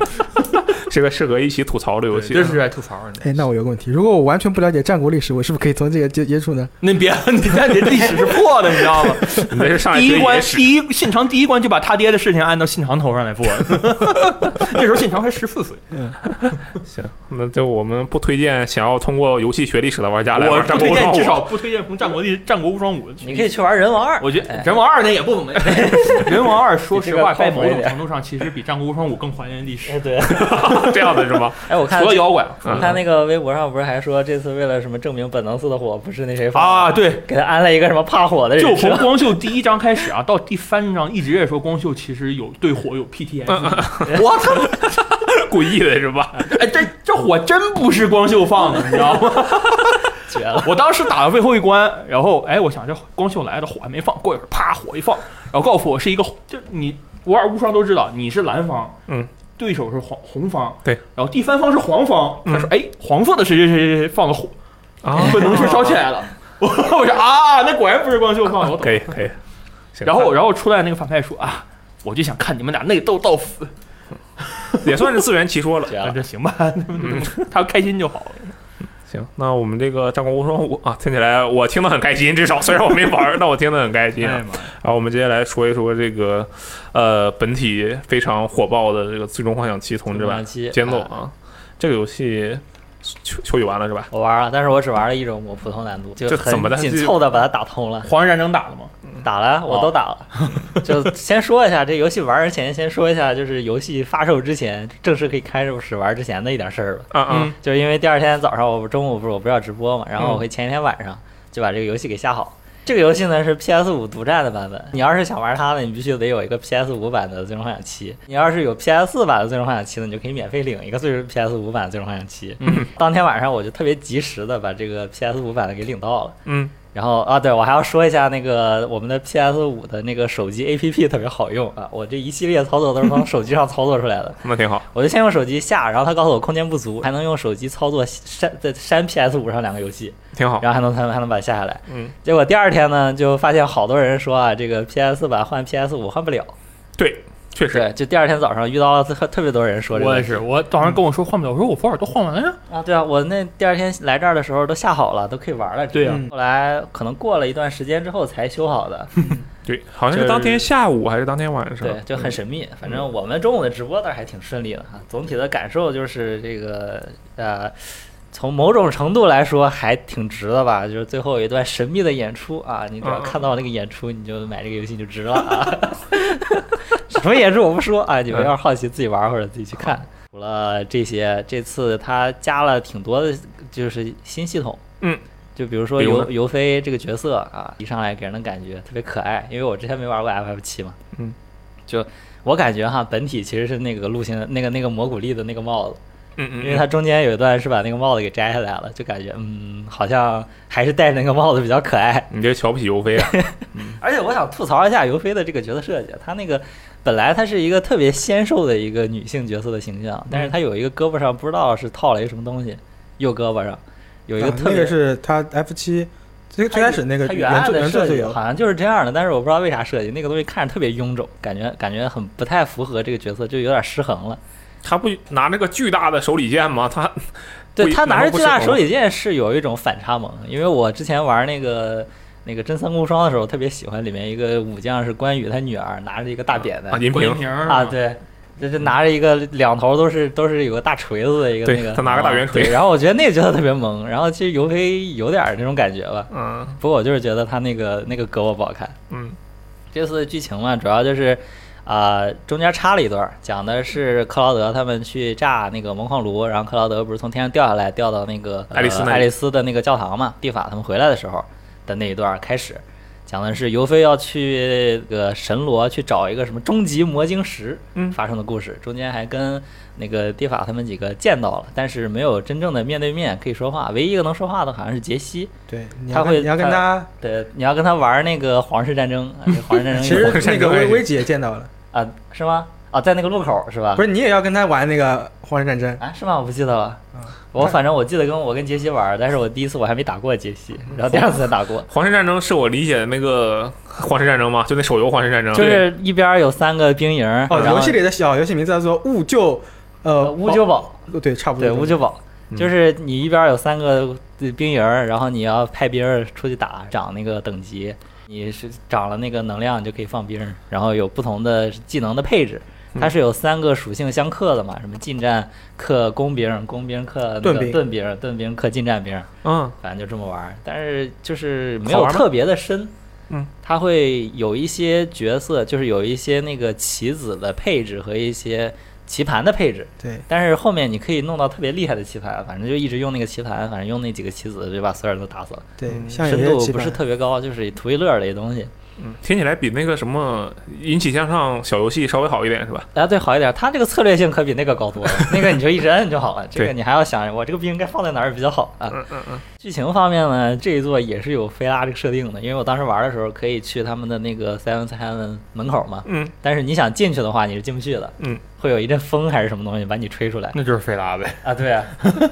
Speaker 1: 这个适合一起吐槽的游戏。啊
Speaker 3: 这是在吐槽啊人
Speaker 2: 哎，那我有个问题，如果我完全不了解战国历史，我是不是可以从这个接接触呢？
Speaker 3: 那别， 你看你的历史是破的，你知道吗？
Speaker 1: 你这是 上来
Speaker 3: 第
Speaker 1: 学
Speaker 3: 一关，
Speaker 1: 野史，
Speaker 3: 第一信长第一关就把他爹的事情按到信长头上来做了。 那时候信长还十四岁，
Speaker 1: 那就我们不推荐想要通过游戏学历史的玩家来
Speaker 3: 我
Speaker 1: 玩《
Speaker 3: 不
Speaker 1: 战国
Speaker 3: 推
Speaker 1: 无
Speaker 3: 荐，
Speaker 1: 双五
Speaker 3: 至》。少不推荐从战国历战国无双五去。
Speaker 4: 你可以去玩人王二，
Speaker 3: 我觉得
Speaker 4: 哎
Speaker 3: 《人王二》那也不 怎么样，《人王二》说实话，
Speaker 4: 比这
Speaker 3: 在
Speaker 4: 个靠谱
Speaker 3: 某
Speaker 4: 一点
Speaker 3: 种程度上其实比《战国无双五》更还原历史，
Speaker 4: 哎对，
Speaker 1: 这样的是吗？
Speaker 4: 哎我看
Speaker 3: 除了妖怪啊
Speaker 1: 嗯
Speaker 4: 我看那个微博上不是还说这次为了什么证明本能寺的火不是那谁放的
Speaker 3: 啊，对，
Speaker 4: 给他安了一个什么怕火的
Speaker 3: 就
Speaker 4: 人
Speaker 3: 从
Speaker 4: 设，
Speaker 3: 光秀第一章开始啊，到第三章一直也说光秀其实有对火有 PTSD，我操！
Speaker 1: 故意的是吧？
Speaker 3: 哎，这这火真不是光秀放的，你知道 吗？
Speaker 4: 绝了！
Speaker 3: 我当时打到最后一关，然后哎，我想这光秀来了，火还没放，过一会儿啪火一放，然后告诉我是一个，就你玩无双都知道，你是蓝方，
Speaker 1: 嗯，
Speaker 3: 对手是黄红方，
Speaker 1: 对，嗯
Speaker 3: 然后第三方是黄方，他说哎，黄色的谁谁谁谁放的火，
Speaker 1: 啊
Speaker 3: 本能是烧起来了，我我说啊，那果然不是光秀 放的，我懂
Speaker 1: 可以可以。行
Speaker 3: 然后然后出来那个反派说啊，我就想看你们俩内斗到死，
Speaker 1: 也算是自圆其说了。嗯
Speaker 4: 绝
Speaker 3: 啊
Speaker 4: 了！
Speaker 3: 这行吧， 他开心就好了。
Speaker 1: 行，那我们这个《战国无双五》啊，听起来我听得很开心，至少虽然我没玩儿，但 我听得很开心啊。
Speaker 3: 哎呀妈呀
Speaker 1: 然后我们接下来说一说这个，呃，本体非常火爆的这个《最终幻想七》同志版
Speaker 4: 最终幻想七
Speaker 1: 《捡走》
Speaker 4: 啊
Speaker 1: 啊，这个游戏秋秋雨完了是吧？
Speaker 4: 我玩啊，但是我只玩了一周末，普通难度，就
Speaker 1: 这怎么的
Speaker 4: 很紧凑的把它打通了。
Speaker 3: 黄热战争打了吗？
Speaker 4: 打了，我都打了。 就先说一下这游戏玩之前，先说一下就是游戏发售之前，正式可以开始玩之前的一点事儿
Speaker 1: 啊
Speaker 4: 吧。
Speaker 1: 啊，
Speaker 4: 就是因为第二天早上，我不中午不是我不是要直播嘛，然后我会前一天晚上就把这个游戏给下好。这个游戏呢是 PS 五独占的版本，你要是想玩它呢，你必须得有一个 PS 五版的《最终幻想七》。你要是有 PS 四版的《最终幻想七》呢，你就可以免费领一个最 PS 五版的《最终幻想七》。
Speaker 3: 嗯，
Speaker 4: 当天晚上我就特别及时的把这个 PS 五版的给领到了。
Speaker 1: 嗯，
Speaker 4: 然后啊，对我还要说一下那个我们的 PS 五的那个手机 APP 特别好用啊，我这一系列操作都是从手机上操作出来的。
Speaker 1: 那挺好。
Speaker 4: 我就先用手机下，然后他告诉我空间不足，还能用手机操作删再删 PS 五上两个游戏，
Speaker 1: 挺好，
Speaker 4: 然后还能还能还能把它下下来。
Speaker 1: 嗯，
Speaker 4: 结果第二天呢，就发现好多人说啊，这个 PS 版换 PS 五换不了。
Speaker 1: 对，确实，
Speaker 4: 对，就第二天早上遇到了特特别多人说这个
Speaker 3: 我
Speaker 4: 问
Speaker 3: 也
Speaker 4: 题。
Speaker 3: 是，我早上跟我说换不了，我说我佛尔都换完了呀。
Speaker 4: 啊，对啊，我那第二天来这儿的时候都下好了，都可以玩了。
Speaker 3: 对啊呀
Speaker 4: 嗯后来可能过了一段时间之后才修好的，
Speaker 1: 对，好像是当天下午还是嗯当天晚上？嗯
Speaker 4: 对，就很神秘。反正我们中午的直播倒是还挺顺利的哈。总体的感受就是这个呃，从某种程度来说还挺值的吧，就是最后有一段神秘的演出啊，你只要
Speaker 1: 嗯嗯
Speaker 4: 看到那个演出，你就买这个游戏就值了啊。 什么演出我不说啊，
Speaker 1: 嗯
Speaker 4: 你们要是好奇自己玩儿或者自己去看。除了这些，这次它加了挺多的，就是新系统。
Speaker 1: 嗯，
Speaker 4: 就比如说
Speaker 1: 比如呢
Speaker 4: 尤尤菲这个角色啊，一上来给人的感觉特别可爱，因为我之前没玩过 FF 七嘛。
Speaker 1: 嗯，
Speaker 4: 就我感觉哈，本体其实是那个陆行那个那个蘑古力的那个帽子。
Speaker 1: 嗯嗯，
Speaker 4: 因为它中间有一段是把那个帽子给摘下来了，就感觉嗯，好像还是戴着那个帽子比较可爱。
Speaker 1: 你这瞧不起尤 菲啊？
Speaker 4: 而且我想吐槽一下尤菲的这个角色设计，她那个本来她是一个特别纤瘦的一个女性角色的形象，
Speaker 1: 嗯
Speaker 4: 但是她有一个胳膊上不知道是套了一个什么东西，右胳膊上有一个
Speaker 2: 啊
Speaker 4: 特
Speaker 2: 那
Speaker 4: 别
Speaker 2: 个。是他 F 七最最开始那个
Speaker 4: 它原
Speaker 2: 原
Speaker 4: 来
Speaker 2: 作
Speaker 4: 的
Speaker 2: 原作
Speaker 4: 设
Speaker 2: 就
Speaker 4: 计
Speaker 2: 有，
Speaker 4: 好像就是这样的，但是我不知道为啥设计那个东西看着特别臃肿，感觉感觉很不太符合这个角色，就有点失衡了。
Speaker 1: 他不拿那个巨大的手里剑吗？他
Speaker 4: 对
Speaker 1: 不
Speaker 4: 他拿
Speaker 1: 难道
Speaker 4: 着
Speaker 1: 不
Speaker 4: 巨
Speaker 1: 是
Speaker 4: 大
Speaker 1: 吗
Speaker 4: 手里剑是有一种反差萌，因为我之前玩那个那个真三国无双的时候，特别喜欢里面一个武将是关羽他女儿拿着一个大扁
Speaker 1: 啊
Speaker 4: 担
Speaker 1: 银
Speaker 3: 郭敬
Speaker 1: 屏，
Speaker 3: 明
Speaker 4: 啊，，对，就是拿着一个两头都是都是有个大锤子的一个
Speaker 1: 对
Speaker 4: 那个，啊
Speaker 1: 他拿个大圆锤
Speaker 4: 对然后我觉得那个角色特别萌，然后其实尤菲有点儿那种感觉吧，
Speaker 1: 嗯
Speaker 4: 不过我就是觉得他那个那个胳膊不好看。
Speaker 1: 嗯
Speaker 4: 这次的剧情嘛，主要就是啊、中间插了一段儿，讲的是克劳德他们去炸那个魔矿炉，然后克劳德不是从天上掉下来，掉到那个、
Speaker 1: 嗯
Speaker 4: 呃
Speaker 1: 爱丽丝那里
Speaker 4: 爱丽丝的那个教堂嘛，蒂法他们回来的时候的那一段儿开始，讲的是尤菲要去那个神罗去找一个什么终极魔晶石
Speaker 1: 嗯。
Speaker 4: 发生的故事，中间还跟那个蒂法他们几个见到了，但是没有真正的面对面可以说话，唯一一个能说话的好像是杰西。
Speaker 2: 对，你
Speaker 4: 他
Speaker 2: 要
Speaker 4: 会
Speaker 2: 跟你要跟他，
Speaker 4: 对，你要跟他玩那个皇室战争，啊这皇室战争
Speaker 2: 其
Speaker 4: 有
Speaker 2: 实 那
Speaker 4: 点
Speaker 2: 个薇薇姐也见到了，
Speaker 4: 啊，是吗？啊，在那个路口是吧？
Speaker 2: 不是你也要跟他玩那个荒野战 争，
Speaker 4: 啊，是吗？我不记得了。
Speaker 2: 嗯
Speaker 4: 我反正我记得跟我跟杰西玩，但是我第一次我还没打过杰西，
Speaker 2: 嗯
Speaker 4: 然后第二次才打 过
Speaker 1: 皇室战争是我理解的那个皇室战争吗？就那手游皇室战争，
Speaker 4: 就是一边有三个兵营，
Speaker 2: 哦，
Speaker 4: 然后
Speaker 2: 游戏里的小游戏名字叫做《物救》，
Speaker 4: 呃
Speaker 2: 呃，
Speaker 4: 乌鸠堡，
Speaker 2: 哦，对，差不多
Speaker 4: 对
Speaker 2: 这种，
Speaker 4: 乌鸠堡，
Speaker 1: 嗯
Speaker 4: 就是你一边有三个兵营，然后你要派兵儿出去打，涨那个等级，你是涨了那个能量你就可以放兵儿，然后有不同的技能的配置。
Speaker 2: 嗯
Speaker 4: 它是有三个属性相克的嘛，什么近战克工兵，工兵克那
Speaker 2: 盾
Speaker 4: 个
Speaker 2: 兵
Speaker 4: 盾兵，盾兵克近战兵，
Speaker 1: 嗯
Speaker 4: 反正就这么玩儿，但是就是没
Speaker 1: 好
Speaker 4: 有
Speaker 1: 玩吗
Speaker 4: 特别的深。
Speaker 1: 嗯，
Speaker 4: 它会有一些角色，就是有一些那个棋子的配置和一些棋盘的配置，
Speaker 2: 对，
Speaker 4: 但是后面你可以弄到特别厉害的棋盘，反正就一直用那个棋盘，反正用那几个棋子就把所有人都打死了，
Speaker 2: 对，
Speaker 1: 嗯
Speaker 2: 像有
Speaker 4: 深
Speaker 2: 些
Speaker 4: 度
Speaker 2: 棋
Speaker 4: 不
Speaker 2: 盘
Speaker 4: 是特别高，就是图一乐儿的一东西。
Speaker 1: 嗯，听起来比那个什么引起向上小游戏稍微好一点是吧？
Speaker 4: 啊，对，好一点，它这个策略性可比那个高多了，那个你就一直摁就好了，这个
Speaker 1: 对
Speaker 4: 你还要想我这个兵该放在哪儿比较好啊。
Speaker 1: 嗯嗯嗯，
Speaker 4: 剧情方面呢，这一座也是有菲拉这个设定的，因为我当时玩的时候可以去他们的那个 Seven Heaven 门口嘛，
Speaker 1: 嗯，
Speaker 4: 但是你想进去的话你是进不去的，
Speaker 1: 嗯，
Speaker 4: 会有一阵风还是什么东西把你吹出来
Speaker 3: 那就是菲拉呗。
Speaker 4: 啊，对啊，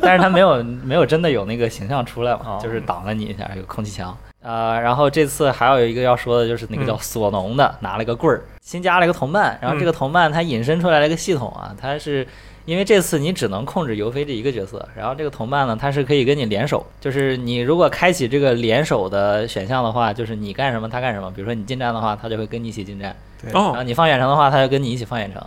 Speaker 4: 但是它没有没有真的有那个形象出来嘛
Speaker 3: 哦，
Speaker 4: 就是挡了你一下，有空气墙。呃，然后这次还有一个要说的就是那个叫索农的、拿了个棍儿，新加了一个同伴，然后这个同伴它引申出来了一个系统啊，它是因为这次你只能控制尤菲这一个角色，然后这个同伴呢，他是可以跟你联手，就是你如果开启这个联手的选项的话，就是你干什么他干什么，比如说你近战的话，他就会跟你一起近战，然后
Speaker 1: 哦，
Speaker 4: 你放远程的话，他就跟你一起放远程，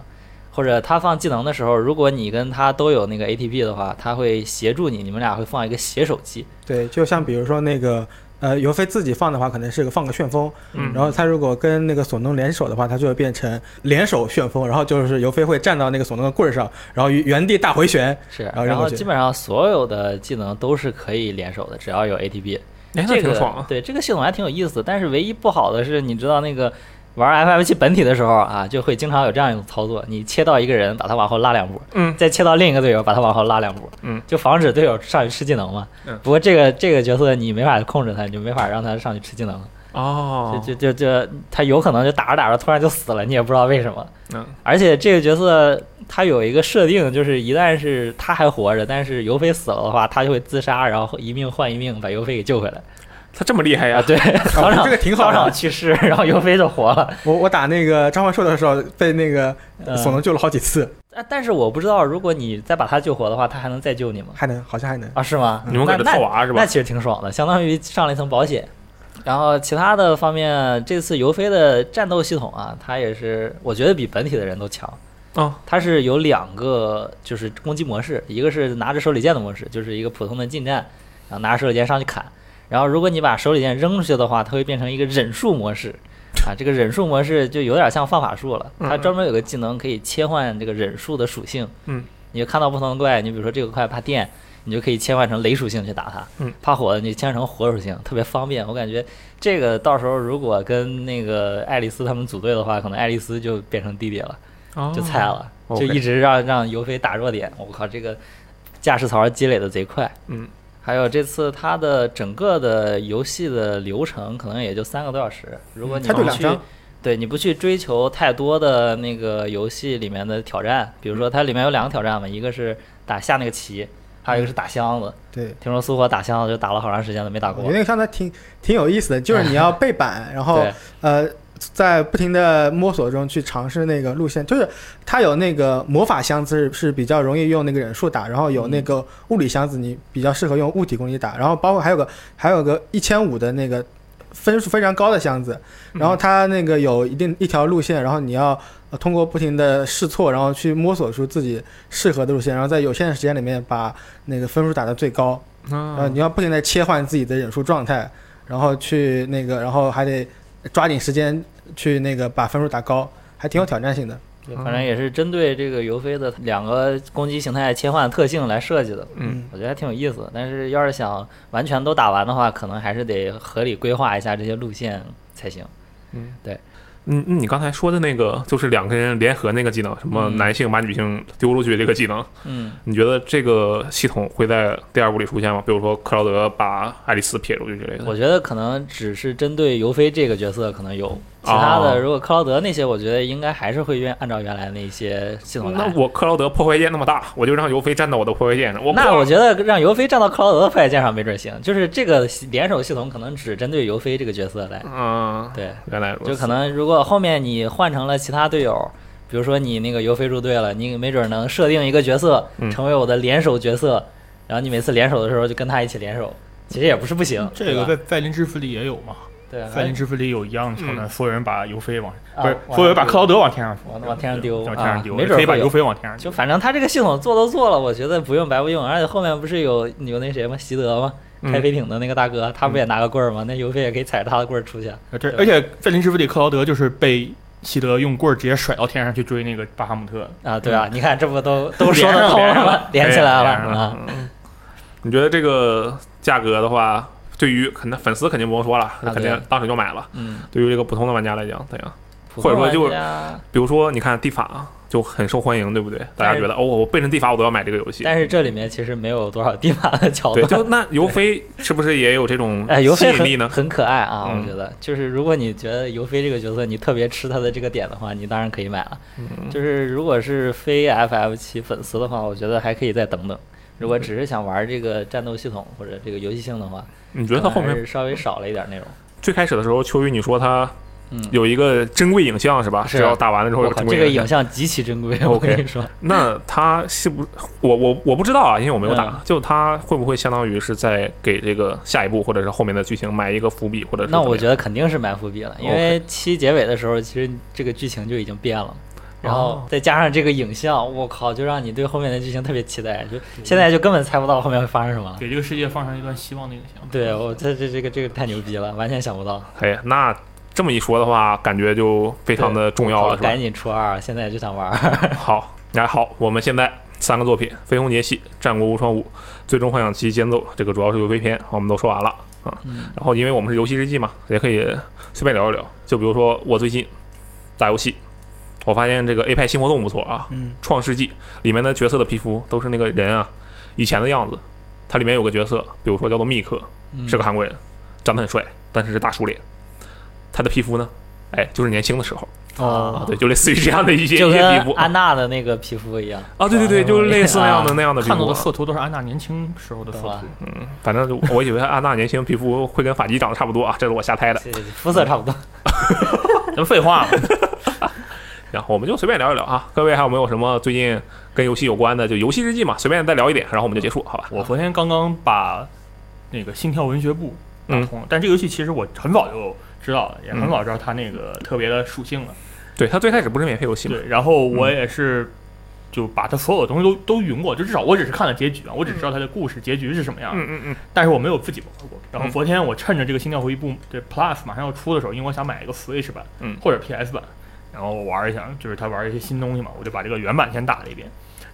Speaker 4: 或者他放技能的时候，如果你跟他都有那个 ATP 的话，他会协助你，你们俩会放一个携手技，
Speaker 2: 对，就像比如说那个。呃，尤菲自己放的话，可能是个放个旋风，
Speaker 1: 嗯
Speaker 2: 然后他如果跟那个索农联手的话，他就会变成联手旋风，然后就是尤菲会站到那个索农的棍儿上，然后原地大回旋，
Speaker 4: 是，
Speaker 2: 然后
Speaker 4: 然
Speaker 2: 扔
Speaker 4: 后
Speaker 2: 过去
Speaker 4: 基本上所有的技能都是可以联手的，只要有 ATP。
Speaker 1: 哎，那
Speaker 4: 这
Speaker 1: 挺
Speaker 4: 个
Speaker 1: 爽啊。
Speaker 4: 对这个系统还挺有意思，但是唯一不好的是，你知道那个玩 FF 七本体的时候啊，就会经常有这样一种操作：你切到一个人，把他往后拉两步，
Speaker 1: 嗯，
Speaker 4: 再切到另一个队友，把他往后拉两步，
Speaker 1: 嗯，
Speaker 4: 就防止队友上去吃技能嘛。
Speaker 1: 嗯
Speaker 4: 不过这个这个角色你没法控制他，你就没法让他上去吃技能了，
Speaker 1: 哦，
Speaker 4: 就就就就他有可能就打着打着突然就死了，你也不知道为什么。
Speaker 1: 嗯，
Speaker 4: 而且这个角色他有一个设定，就是一旦是他还活着，但是尤菲死了的话，他就会自杀，然后一命换一命把尤菲给救回来。
Speaker 1: 他这么厉害哎呀哦
Speaker 4: 啊，？对，当场
Speaker 2: 这个挺好的
Speaker 4: 当场去世，然后尤菲就活了。
Speaker 2: 我我打那个召唤兽的时候，被那个
Speaker 4: 嗯
Speaker 2: 索农救了好几次，
Speaker 4: 啊，但是我不知道，如果你再把他救活的话，他还能再救你吗？
Speaker 2: 还能好像还能。
Speaker 4: 啊，是吗？
Speaker 1: 你们给他
Speaker 4: 那
Speaker 1: 套娃是
Speaker 4: 那
Speaker 1: 吧？
Speaker 4: 其实挺爽的，相当于上了一层保险。然后其他的方面，这次尤菲的战斗系统啊，它也是我觉得比本体的人都强。
Speaker 1: 哦，
Speaker 4: 它是有两个就是攻击模式，一个是拿着手里剑的模式，就是一个普通的近战，然后拿着手里剑上去砍。然后如果你把手里剑扔出去的话，它会变成一个忍术模式。 啊，这个忍术模式就有点像放法术了，它专门有个技能可以切换这个忍术的属性。
Speaker 1: 嗯，
Speaker 4: 你就看到不同的怪，你比如说这个怪怕电，你就可以切换成雷属性去打它。
Speaker 1: 嗯，
Speaker 4: 怕火你切换成火属性，特别方便。我感觉这个到时候如果跟那个爱丽丝他们组队的话，可能爱丽丝就变成弟弟了，
Speaker 1: 哦
Speaker 4: 就菜了，
Speaker 1: OK
Speaker 4: 就一直让让尤菲打弱点。我靠，这个驾驶槽积累的贼快。
Speaker 1: 嗯，
Speaker 4: 还有这次它的整个的游戏的流程可能也就三个多小时，如果你
Speaker 2: 它就
Speaker 4: 不
Speaker 2: 两
Speaker 4: 去
Speaker 2: 张，
Speaker 4: 对你不去追求太多的那个游戏里面的挑战，比如说它里面有两个挑战嘛，一个是打下那个棋，还有一个是打箱子。
Speaker 2: 对，
Speaker 4: 听说苏火打箱子就打了好长时间了，没打
Speaker 2: 我
Speaker 4: 过
Speaker 2: 觉得。那个上台挺挺有意思的，就是你要背板，然后
Speaker 4: 对，
Speaker 2: 呃，在不停的摸索中去尝试那个路线，就是它有那个魔法箱子是是比较容易用那个忍术打，然后有那个物理箱子你比较适合用物体攻击打，然后包括还有个还有个一千五的那个分数非常高的箱子，然后它那个有一定一条路线，然后你要。呃通过不停的试错，然后去摸索出自己适合的路线，然后在有限的时间里面把那个分数打到最高。呃，
Speaker 1: 啊
Speaker 2: 你要不停的切换自己的忍术状态，然后去那个，然后还得抓紧时间去那个把分数打高，还挺有挑战性的。
Speaker 4: 对反正也是针对这个尤菲的两个攻击形态切换特性来设计的。
Speaker 1: 嗯，
Speaker 4: 我觉得还挺有意思的。但是要是想完全都打完的话，可能还是得合理规划一下这些路线才行。
Speaker 1: 嗯，嗯你刚才说的那个就是两个人联合那个技能，什么
Speaker 4: 嗯
Speaker 1: 男性把女性丢出去这个技能，
Speaker 4: 嗯，
Speaker 1: 你觉得这个系统会在第二部里出现吗？比如说克劳德把爱丽丝撇出去之类的。
Speaker 4: 我觉得可能只是针对尤菲这个角色可能有，其他
Speaker 1: 哦
Speaker 4: 的如果克劳德那些，我觉得应该还是会原按照原来那些系统
Speaker 1: 那
Speaker 4: 来。
Speaker 1: 我克劳德破坏剑那么大，我就让尤菲站到我的破坏剑上。我
Speaker 4: 那
Speaker 1: 得
Speaker 4: 我觉得让尤菲站到克劳德的破坏键上没准行，就是这个联手系统可能只针对尤菲这个角色来，
Speaker 1: 嗯，
Speaker 4: 对，
Speaker 1: 原来如此，
Speaker 4: 就可能如果后面你换成了其他队友，比如说你那个尤菲入队了，你没准能设定一个角色
Speaker 1: 嗯
Speaker 4: 成为我的联手角色，然后你每次联手的时候就跟他一起联手，其实也不是不行。
Speaker 3: 这个
Speaker 4: 对吧
Speaker 3: 在在林之服里也有嘛？
Speaker 4: 对啊，
Speaker 3: 在林之服里有一样的桥段，所有人把尤菲往
Speaker 4: 嗯啊
Speaker 3: 不是，
Speaker 4: 往
Speaker 3: 所有人把
Speaker 4: 上
Speaker 3: 克劳德往天上
Speaker 4: 往往天上丢
Speaker 3: 往天上
Speaker 4: 啊
Speaker 3: 丢，
Speaker 4: 没准
Speaker 3: 可以把
Speaker 4: 会有
Speaker 3: 尤菲往天上丢。
Speaker 4: 就反正他这个系统做都做了，我觉得不用白不用。而且后面不是有有那谁吗？习德吗？
Speaker 1: 嗯
Speaker 4: 开飞艇的那个大哥，他不也拿个棍儿吗？那尤菲也可以踩着他的棍儿出去。啊
Speaker 3: 呃这而且在林师傅里，克劳德就是被希德用棍儿直接甩到天上去追那个巴哈姆特。
Speaker 4: 啊，对啊，你看这 不都都说
Speaker 1: 连
Speaker 4: 得
Speaker 1: 上
Speaker 4: 通
Speaker 1: 连上
Speaker 4: 了，连起来了
Speaker 1: 哎连上
Speaker 4: 啊！
Speaker 1: 嗯你觉得这个价格的话，对于肯定粉丝肯定不用说了，那肯定
Speaker 4: 啊对
Speaker 1: 当时就买了。
Speaker 4: 嗯，
Speaker 1: 对于这个普通的玩家来讲，怎样？
Speaker 4: 普
Speaker 1: 或者说
Speaker 4: 通玩
Speaker 1: 就是
Speaker 4: 家
Speaker 1: 比如说，你看地法啊就很受欢迎，对不对？大家觉得哦，我背成地法我都要买这个游戏。
Speaker 4: 但是这里面其实没有多少地板的桥
Speaker 1: 对，
Speaker 4: 段。
Speaker 1: 就那尤 菲是不是也有这种
Speaker 4: 哎，尤
Speaker 1: 吸
Speaker 4: 菲
Speaker 1: 引力
Speaker 4: 很
Speaker 1: 呢？
Speaker 4: 很可爱啊，
Speaker 1: 嗯
Speaker 4: 我觉得就是如果你觉得尤菲这个角色你特别吃他的这个点的话，你当然可以买了。
Speaker 1: 嗯
Speaker 4: 就是如果是非 FF 七粉丝的话，我觉得还可以再等等。如果只是想玩这个战斗系统或者这个游戏性的话，
Speaker 1: 你觉
Speaker 4: 可
Speaker 1: 得
Speaker 4: 能
Speaker 1: 它后
Speaker 4: 还
Speaker 1: 面
Speaker 4: 是稍微少了一点内容。
Speaker 1: 最开始的时候，秋雨你说它
Speaker 4: 嗯
Speaker 1: 有一个珍贵影像是吧？
Speaker 4: 是啊
Speaker 1: 只要打完了之后
Speaker 4: 我
Speaker 1: 有
Speaker 4: 靠，
Speaker 1: 珍
Speaker 4: 这
Speaker 1: 贵
Speaker 4: 个
Speaker 1: 像
Speaker 4: 影。像极其珍贵，我
Speaker 1: OK
Speaker 4: 跟你说，
Speaker 1: 那它是不？我我我不知道啊，因为我没有打。
Speaker 4: 嗯
Speaker 1: 就它会不会相当于是在给这个下一步或者是后面的剧情埋一个伏笔，或者是
Speaker 4: 那我觉
Speaker 1: 得
Speaker 4: 得肯定是埋伏笔了，因为七结尾的时候，其实这个剧情就已经变了。然后
Speaker 1: 哦
Speaker 4: 再加上这个影像，我靠，就让你对后面的剧情特别期待，就现在就根本猜不到后面会发生什么了。
Speaker 3: 给这个世界放上一段希望的影像。
Speaker 4: 对我这这这个这个太牛逼了，完全想不到，
Speaker 1: 哎，那这么一说的话，感觉就非常的重要
Speaker 4: 好
Speaker 1: 了，是吧
Speaker 4: 赶？紧初二，现在就想玩儿。
Speaker 1: 好，那好，我们现在三个作品《飞鸿杰西》《战国无双五》《最终幻想七间奏》，这个主要是游飞篇，我们都说完了啊。然后因为我们是游戏日记嘛，也可以随便聊一聊。就比如说我最近打游戏，我发现这个 A 派新活动不错啊，
Speaker 2: 嗯，
Speaker 1: 《创世纪》里面的角色的皮肤都是那个人啊以前的样子。它里面有个角色，比如说叫做密克，
Speaker 4: 嗯
Speaker 1: 是个韩国人，长得很帅，但是是大叔脸。他的皮肤呢，哎，就是年轻的时候啊，
Speaker 4: 哦，
Speaker 1: 对，就类似于这样的一些
Speaker 4: 就
Speaker 1: 一些
Speaker 4: 跟
Speaker 1: 皮肤啊
Speaker 4: 安娜的那个皮肤一样
Speaker 1: 啊，对对对，就是类似那样的
Speaker 4: 啊
Speaker 1: 那样的皮
Speaker 3: 看到
Speaker 1: 肤
Speaker 3: 的。色图都是安娜年轻时候的色
Speaker 4: 懂了
Speaker 3: 图。
Speaker 1: 反正就我以为安娜年轻皮肤会跟法基长得差不多啊，这是我瞎猜的。
Speaker 4: 对对对肤色差不多。
Speaker 3: 咱们废话嘛，
Speaker 1: 然后我们就随便聊一聊啊，各位还有没有什么最近跟游戏有关的，就游戏日记嘛，随便再聊一点，然后我们就结束，好吧？
Speaker 3: 我昨天刚刚把那个《心跳文学部》
Speaker 1: 嗯
Speaker 3: 打通了，但这个游戏其实我很早就知道了，也很早知道它那个特别的属性了。
Speaker 1: 对，它最开始不是免费游戏嘛？
Speaker 3: 对，然后我也是就把它所有的东西都都云过，就至少我只是看了结局啊，我只知道它的故事结局是什么样
Speaker 1: 嗯
Speaker 3: 的，
Speaker 1: 嗯嗯，
Speaker 3: 但是我没有自己玩过。然后
Speaker 1: 嗯
Speaker 3: 昨天我趁着这个《心跳回忆》部对 Plus 马上要出的时候，因为我想买一个 Switch 版，
Speaker 1: 嗯
Speaker 3: 或者 PS 版，然后我玩一下，就是他玩一些新东西嘛，我就把这个原版先打了一遍。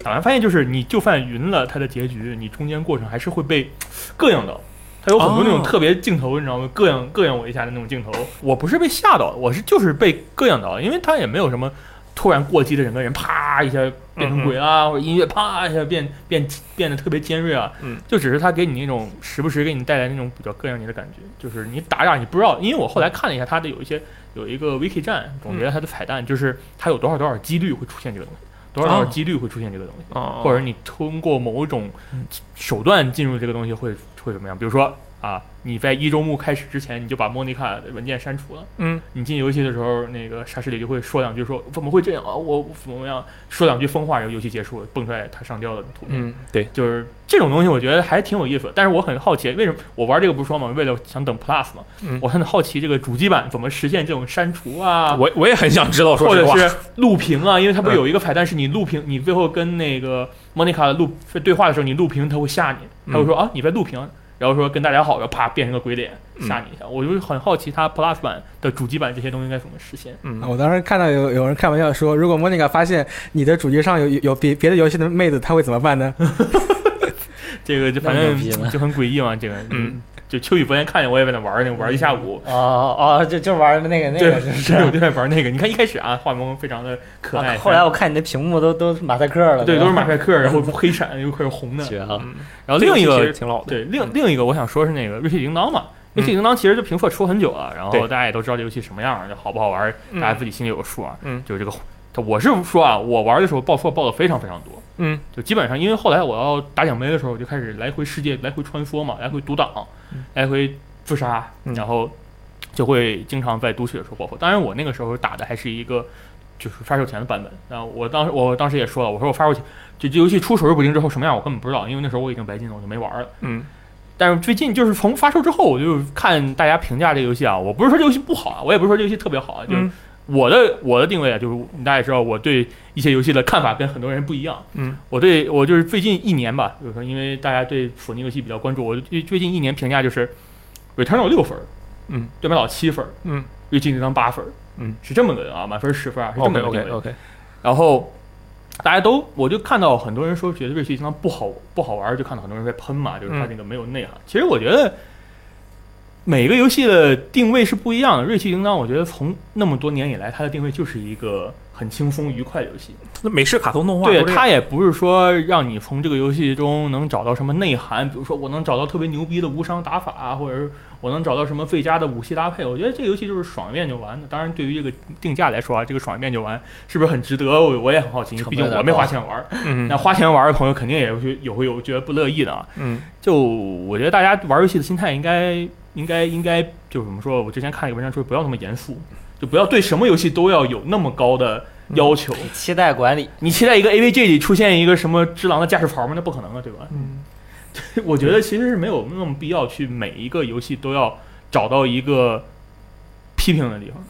Speaker 3: 打完发现就是你就算云了它的结局，你中间过程还是会被膈应到。它有很多那种
Speaker 1: 哦
Speaker 3: 特别镜头，你知道吗？膈应膈应我一下的那种镜头，我不是被吓到的，我是就是被膈应到的，因为它也没有什么突然过激的整个人啪一下变成鬼啊，或者音乐啪一下变变变得特别尖锐啊，
Speaker 1: 嗯
Speaker 3: 就只是它给你那种时不时给你带来那种比较膈应你的感觉，就是你打打你不知道，因为我后来看了一下它的有一些有一个 wiki 站总结
Speaker 1: 嗯
Speaker 3: 了它的彩蛋，就是它有多少多少几率会出现这个东西，多少多少
Speaker 1: 哦
Speaker 3: 几率会出现这个东西。
Speaker 1: 哦，
Speaker 3: 或者你通过某种手段进入这个东西会会怎么样？比如说啊，你在一周目开始之前你就把莫妮卡的文件删除了，
Speaker 1: 嗯
Speaker 3: 你进游戏的时候，那个沙士里就会说两句说怎么会这样啊，我我怎么样，说两句疯话，然后游戏结束了，蹦出来他上吊的图片。
Speaker 1: 嗯，对，
Speaker 3: 就是这种东西，我觉得还挺有意思。但是我很好奇，为什么我玩这个不是说嘛，为了想等 Plus 嘛，
Speaker 1: 嗯
Speaker 3: 我很好奇这个主机版怎么实现这种删除啊，
Speaker 1: 我我也很想知道，说
Speaker 3: 或
Speaker 1: 实
Speaker 3: 者
Speaker 1: 话，
Speaker 3: 是录屏啊，因为它不是有一个彩蛋是你录屏，你最后跟那个莫妮卡的录对话的时候，你录屏，他会吓
Speaker 1: 嗯
Speaker 3: 你，他会说啊你在录屏，然后说跟大家好，然后啪变成个鬼脸吓你一下。
Speaker 1: 嗯
Speaker 3: 我就是很好奇它 Plus 版的主机版这些东西该怎么实现。
Speaker 1: 嗯，
Speaker 2: 我当时看到有有人开玩笑说，如果莫妮卡发现你的主机上有有有别别的游戏的妹子，她会怎么办 呢？
Speaker 3: 这个就反
Speaker 4: 那么牛逼吗
Speaker 3: 正就很诡异嘛，这个
Speaker 1: 嗯。
Speaker 3: 就秋雨昨天看见我也在那玩儿那玩儿一下午，
Speaker 4: 哦哦，就就玩那个那
Speaker 3: 对
Speaker 4: 个，就，是
Speaker 3: 对，我就在玩儿那个。你看一开始啊，画风非常的可爱，
Speaker 4: 啊后来我看你的屏幕都都马赛克了，
Speaker 3: 对
Speaker 4: 吧啊
Speaker 3: 都是马赛克，然后黑闪又开始红的，
Speaker 4: 绝了。
Speaker 1: 嗯
Speaker 3: 然后另一
Speaker 1: 这游戏
Speaker 3: 个
Speaker 1: 其实挺老的，
Speaker 3: 对，另另一个我想说是那个《瑞奇铃铛》嘛，《瑞奇铃铛》其实这评测出很久了，然后
Speaker 1: 嗯对
Speaker 3: 大家也都知道这游戏什么样儿，就好不好玩儿，大
Speaker 1: 嗯
Speaker 3: 家自己心里有数啊。
Speaker 1: 嗯
Speaker 3: 就是这个，它我是说啊，我玩的时候报错报的非常非常多，
Speaker 1: 嗯，
Speaker 3: 就基本上因为后来我要打奖杯的时候，我就开始来回世界来回穿梭嘛，来回独挡，来回自杀，
Speaker 1: 嗯
Speaker 3: 然后就会经常在读取的时候爆破。当然，我那个时候打的还是一个就是发售前的版本。那我当时我当时也说了，我说我发售前就这游戏出手术补丁之后什么样，我根本不知道，因为那时候我已经白金了，我就没玩了。
Speaker 1: 嗯
Speaker 3: 但是最近就是从发售之后，我就看大家评价这个游戏啊，我不是说这游戏不好啊，我也不是说这游戏特别好啊，就是
Speaker 1: 嗯
Speaker 3: 我的我的定位啊，就是大家也知道，我对一些游戏的看法跟很多人不一样。
Speaker 1: 嗯
Speaker 3: 我对我就是最近一年吧，就是说因为大家对索尼游戏比较关注，我最最近一年评价就是《Returnal》六分儿，
Speaker 1: 嗯，
Speaker 3: 对面岛七分儿，
Speaker 1: 嗯
Speaker 3: 《进这张八分儿，
Speaker 1: 嗯，
Speaker 3: 是这么个啊，满分十分啊，是这么
Speaker 1: 哦，OK
Speaker 3: 个定位。
Speaker 1: OK OK，
Speaker 3: 然后大家都，我就看到很多人说觉得瑞奇经常不好不好玩儿，就看到很多人在喷嘛，就是它
Speaker 1: 嗯
Speaker 3: 那个没有内涵。其实我觉得每个游戏的定位是不一样的，《瑞奇应当》我觉得从那么多年以来，它的定位就是一个很轻松愉快的游戏。
Speaker 1: 那美式卡通动画
Speaker 3: 对，
Speaker 1: 都这样
Speaker 3: 它也不是说让你从这个游戏中能找到什么内涵，比如说我能找到特别牛逼的无伤打法啊，或者是我能找到什么最佳的武器搭配。我觉得这个游戏就是爽一遍就完的。当然，对于这个定价来说啊，这个爽一遍就完是不是很值得？我我也很好奇，
Speaker 4: 成
Speaker 3: 毕
Speaker 4: 本有
Speaker 3: 竟
Speaker 4: 点
Speaker 3: 我没花
Speaker 4: 高
Speaker 3: 钱玩儿。
Speaker 1: 嗯
Speaker 3: 那花钱玩儿的朋友肯定也会也会有觉得不乐意的啊。
Speaker 1: 嗯
Speaker 3: 就我觉得大家玩游戏的心态应该应该应该就是怎么说？我之前看一个文章说不要那么严肃，就不要对什么游戏都要有那么高的要求。
Speaker 4: 期待管理，
Speaker 3: 你期待一个 AVG 里出现一个什么只狼的驾驶袍吗？那不可能啊，对 吧？
Speaker 1: 嗯，
Speaker 3: 我觉得其实是没有那么必要去每一个游戏都要找到一个批评的地方。
Speaker 1: 嗯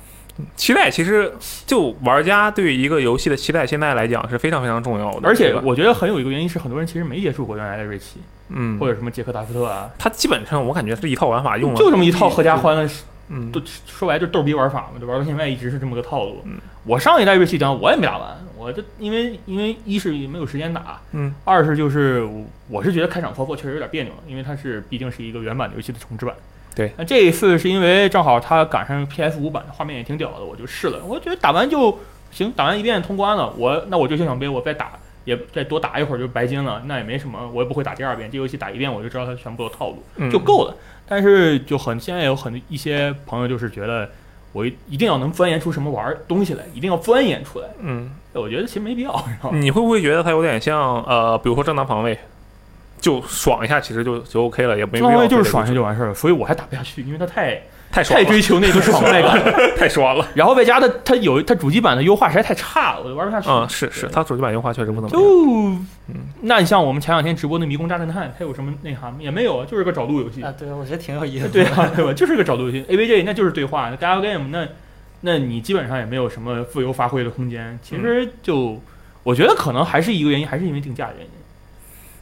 Speaker 1: 期待其实就玩家对一个游戏的期待，现在来讲是非常非常重要的，
Speaker 3: 而且
Speaker 1: 对吧
Speaker 3: 我觉得很有一个原因是，很多人其实没接触过原来的瑞奇
Speaker 1: 嗯，
Speaker 3: 或者什么杰克达斯特啊，
Speaker 1: 它基本上我感觉是一套玩法用了，
Speaker 3: 就这么一套合家欢的
Speaker 1: 嗯
Speaker 3: 都说白了就是逗逼玩法嘛，就玩到现在一直是这么个套路。
Speaker 1: 嗯
Speaker 3: 我上一代瑞奇章我也没打完，我这因为因为一是没有时间打，
Speaker 1: 嗯，
Speaker 3: 二是就是我我是觉得开场操作确实有点别扭，因为它是毕竟是一个原版的游戏的重置版。
Speaker 1: 对，
Speaker 3: 那这一次是因为正好它赶上 PS 五版，画面也挺屌的，我就试了，我觉得打完就行，打完一遍通关了，我那我就想杯我再打。也再多打一会儿就白金了，那也没什么，我也不会打第二遍。这游戏打一遍我就知道它全部的套路，
Speaker 1: 嗯
Speaker 3: 就够了。但是就很现在有很一些朋友就是觉得我一一定要能钻研出什么玩儿东西来，一定要钻研出来。
Speaker 1: 嗯，
Speaker 3: 我觉得其实没必要，你知道吗？
Speaker 1: 你会不会觉得它有点像呃，比如说正当防卫，就爽一下，其实就就 OK 了，也没必
Speaker 3: 浪
Speaker 1: 要
Speaker 3: 费就是
Speaker 1: 非得
Speaker 3: 爽一下就完事儿了，所以我还打不下去，因为它太
Speaker 1: 太爽
Speaker 3: 太
Speaker 1: 了，
Speaker 3: 追求那种爽快 感了。
Speaker 1: 太爽了，
Speaker 3: 然后外加的它有它主机版的优化实在太差了，我就玩不下去。
Speaker 1: 嗯，是是，
Speaker 3: 对
Speaker 1: 它手机版优化确实不怎么样，
Speaker 3: 就
Speaker 1: 嗯，
Speaker 3: 那你像我们前两天直播那《迷宫大侦探》，它有什么内涵吗？也没有啊，就是个找路游戏。
Speaker 4: 哎啊，对我觉得挺有意思的。
Speaker 3: 对啊，对吧？就是个找路游戏。AVG 那就是对话，那 Gal Game 那那你基本上也没有什么自由发挥的空间。其
Speaker 1: 嗯
Speaker 3: 实就、我觉得可能还是一个原因，还是因为定价原因。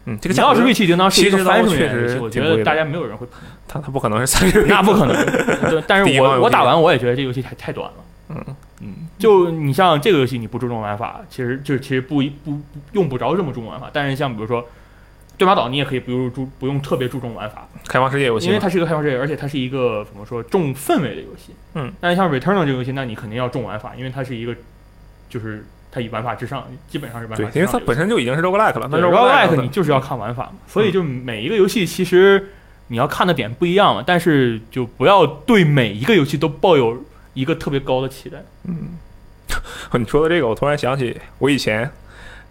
Speaker 1: 嗯，这
Speaker 3: 这
Speaker 1: 个
Speaker 3: 你要
Speaker 1: 价
Speaker 3: 是
Speaker 1: 格
Speaker 3: 瑞奇叮当是一
Speaker 1: 其
Speaker 3: 个
Speaker 1: 实
Speaker 3: 翻
Speaker 1: 倒
Speaker 3: 数
Speaker 1: 确
Speaker 3: 原
Speaker 1: 实
Speaker 3: 因，我觉
Speaker 1: 挺贵
Speaker 3: 得
Speaker 1: 的
Speaker 3: 大家没有人会碰，
Speaker 1: 它它不可能是三十，
Speaker 3: 那 不可能。对，但
Speaker 1: 第一
Speaker 3: 是
Speaker 1: 方游
Speaker 3: 我我
Speaker 1: 戏
Speaker 3: 打完我也觉得这游戏太太短了。
Speaker 1: 嗯
Speaker 3: 嗯，就你像这个游戏，你不注重玩法，其实就其实不一不不用不着这么注重玩法。但是像比如说。对马岛你也可以不用注不用特别注重玩法，
Speaker 1: 开放世界游戏
Speaker 3: 因为
Speaker 1: 嘛，
Speaker 3: 它是一个开放世界，而且它是一个怎么说重氛围的游戏。
Speaker 1: 嗯，
Speaker 3: 但是像 Returnal 这个游戏，那你肯定要重玩法，因为它是一个，就是它以玩法至上，基本上是玩法
Speaker 1: 对
Speaker 3: 至上，的
Speaker 1: 因为
Speaker 3: 游戏。
Speaker 1: 它本身就已经是 roguelike 了，那
Speaker 3: 对 roguelike 你就是要看玩法嘛，所以就每一个游戏其实你要看的点不一样嘛，但是就不要对每一个游戏都抱有一个特别高的期待。
Speaker 1: 嗯，你说的这个，我突然想起我以前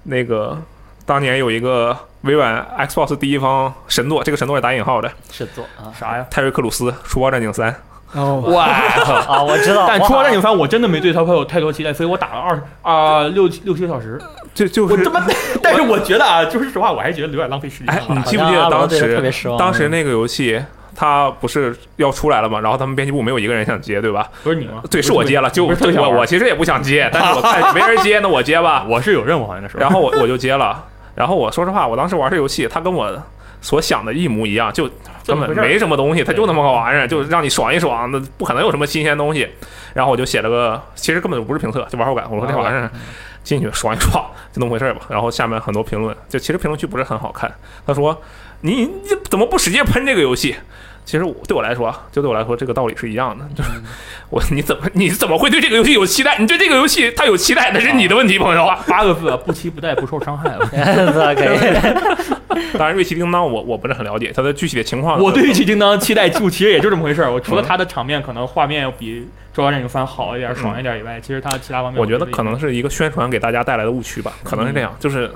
Speaker 1: 那个当年有一个微软 Xbox 第一方神作，这个神作是打引号的，
Speaker 4: 是做啊
Speaker 3: 啥呀？
Speaker 1: 泰瑞克鲁斯《除暴战警三》，
Speaker 2: 然后
Speaker 3: 哇！
Speaker 4: 啊，我知道。
Speaker 3: 但
Speaker 4: 我
Speaker 3: 《出
Speaker 4: 好
Speaker 3: 国
Speaker 4: 像
Speaker 3: 战警三》我真的没对它抱有太多期待，所以我打了二啊、六六七个小时。
Speaker 1: 就就
Speaker 3: 我他
Speaker 1: 是
Speaker 3: 妈，但是我觉得啊，就是实话，我还觉得有点浪费时间。
Speaker 1: 哎，你记不
Speaker 4: 好
Speaker 1: 记
Speaker 4: 像阿
Speaker 1: 得
Speaker 4: 罗
Speaker 1: 当
Speaker 4: 对他特别
Speaker 1: 时
Speaker 4: 失望嗯
Speaker 1: 当时那个游戏？它不是要出来了吗？然后他们编辑部没有一个人想接，对吧？
Speaker 3: 不是你吗？
Speaker 1: 对，是我接了，就
Speaker 3: 不是特别想
Speaker 1: 我
Speaker 3: 玩
Speaker 1: 我其实也不想接，但是我 看没人接，那我接吧。
Speaker 3: 我是有任务好像那时候。
Speaker 1: 然后我我就接了。然后我说实话，我当时玩这游戏，它跟我所想的一模一样，就根本没什么东西，它就那么个玩意
Speaker 3: 嗯
Speaker 1: 儿，就让你爽一爽，那不可能有什么新鲜东西。然后我就写了个，其实根本就不是评测，就玩后感。我说这玩
Speaker 3: 哦
Speaker 1: 意儿
Speaker 3: 嗯
Speaker 1: 进去爽一爽，就那么回事儿吧。然后下面很多评论，就其实评论区不是很好看，他说你你怎么不使劲喷这个游戏？其实我对我来说，啊就对我来说，这个道理是一样的。就是
Speaker 3: 嗯
Speaker 1: 我你怎么你怎么会对这个游戏有期待？你对这个游戏它有期待，那是你的
Speaker 3: 哦
Speaker 1: 问题，朋友。
Speaker 3: 八个字啊，不期不待，不受伤害。
Speaker 4: 可以，
Speaker 1: 当然，瑞奇叮当我我不是很了解它的具体的情况。
Speaker 3: 我对《玉器叮当》期待度其实也就 这么回事儿。我除了它的场面可能画面要比《周华战警三》好一点、
Speaker 1: 嗯
Speaker 3: 爽一点以外，其实它其他方面
Speaker 1: 我觉得可能是一个宣传给大家带来的误区吧，可能是这样，就是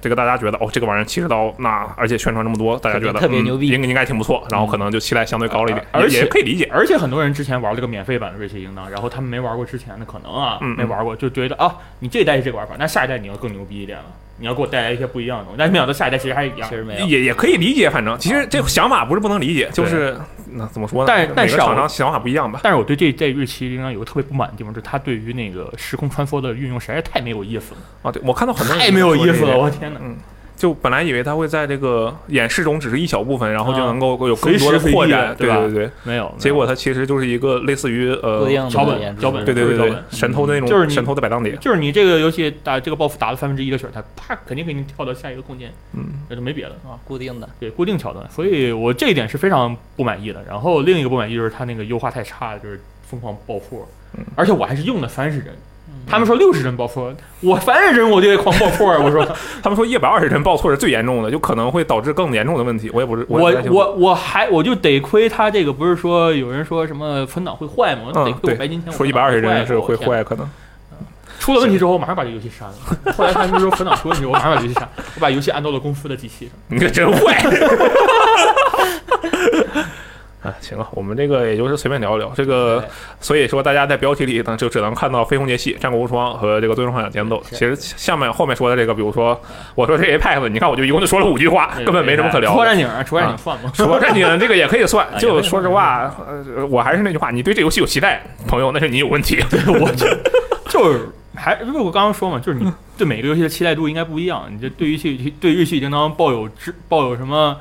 Speaker 1: 这个大家觉得哦，这个玩意儿七十刀，那而且宣传这么多，大家觉得
Speaker 4: 特别
Speaker 1: 嗯
Speaker 4: 牛逼
Speaker 1: 应该应该挺不错，然后可能就期待相对高了一点，
Speaker 3: 而
Speaker 1: 也也
Speaker 3: 且
Speaker 1: 可以理解。
Speaker 3: 而且很多人之前玩了个免费版的《瑞奇叮当》，然后他们没玩过之前的，可能啊
Speaker 1: 嗯嗯
Speaker 3: 没玩过，就觉得啊，你这一代是这个玩法，那下一代你要更牛逼一点了，你要给我带来一些不一样的东西。但是没想到下一代其实还是一样
Speaker 4: 其。实没有。
Speaker 1: 也也可以理解，反正其实这个想法不是不能理解，就是那怎么说呢？
Speaker 3: 但但是
Speaker 1: 每
Speaker 3: 啊
Speaker 1: 个厂
Speaker 3: 我
Speaker 1: 商想法不一样吧？
Speaker 3: 但是我对这这《瑞奇叮当》有个特别不满的地方，就是它对于那个时空穿梭的运用实在是太没有意思了，
Speaker 1: 啊，对我看到很多人
Speaker 3: 太没有意思
Speaker 1: 说这一
Speaker 3: 了，
Speaker 1: 点
Speaker 3: 我天哪！
Speaker 1: 嗯，就本来以为它会在这个演示中只是一小部分，然后就
Speaker 3: 啊
Speaker 1: 能够有更
Speaker 3: 随时
Speaker 1: 多的
Speaker 3: 随
Speaker 1: 扩
Speaker 3: 地
Speaker 1: 展，
Speaker 3: 对
Speaker 1: 对
Speaker 3: 吧
Speaker 1: 对对。
Speaker 3: 没有，没有
Speaker 1: 结果它其实就是一个类似于呃
Speaker 4: 固定的
Speaker 3: 脚本
Speaker 4: 演出
Speaker 3: 脚本
Speaker 1: 对对对对，神偷的那种，
Speaker 3: 就是你
Speaker 1: 神偷的摆档点，
Speaker 3: 就是你这个游戏打这个 BOSS 打了三分之一个血，它啪肯定给你跳到下一个空间，
Speaker 1: 嗯，
Speaker 3: 那就没别的啊。
Speaker 4: 固定的，
Speaker 3: 对，固定桥段，所以我这一点是非常不满意的。然后另一个不满意就是它那个优化太差了，就是疯狂爆破，
Speaker 1: 嗯
Speaker 3: 而且我还是用的三十帧，他们说六十帧爆破，我三十帧我就得狂爆破啊，我说
Speaker 1: 他们说一百二十帧报错是最严重的，就可能会导致更严重的问 题。我也不是，
Speaker 3: 我
Speaker 1: 也不太清楚
Speaker 3: 我我还我就得亏它这个不是说有人说什么存档会坏吗？我得
Speaker 1: 嗯，
Speaker 3: 亏我白金
Speaker 1: 对，
Speaker 3: 天
Speaker 1: 说一百二十帧是会。
Speaker 3: 我的天
Speaker 1: 坏，可能
Speaker 3: 出了问题之后，我马上把这游戏删了。后来他们说存档出问题，我马上把游戏删，我把游戏安到了公司的机器上。
Speaker 1: 你可真坏。 啊，行了，我们这个也就是随便聊一聊这个
Speaker 4: 对，
Speaker 1: 所以说大家在标题里呢就只能看到《飞鸿杰系》《战国无双》和这个《最终幻想剑斗》。
Speaker 4: 是
Speaker 1: 其实下面后面说的这个，比如说我说这 Apex，你看我就一共就说了五句话，
Speaker 3: 哎
Speaker 1: 根本没什么可聊
Speaker 3: 出
Speaker 1: 的啊
Speaker 3: 战。警，出战警算吗？
Speaker 1: 除了正经这个也可以算
Speaker 3: 哎，
Speaker 1: 就说实话，呃，我还是那句话，你对这游戏有期待，朋友，那是你有问题。
Speaker 3: 我就 就是还因为我刚刚说嘛，就是你对每个游戏的期待度应该不一样。你这对于戏对于戏叮当抱有之抱有什么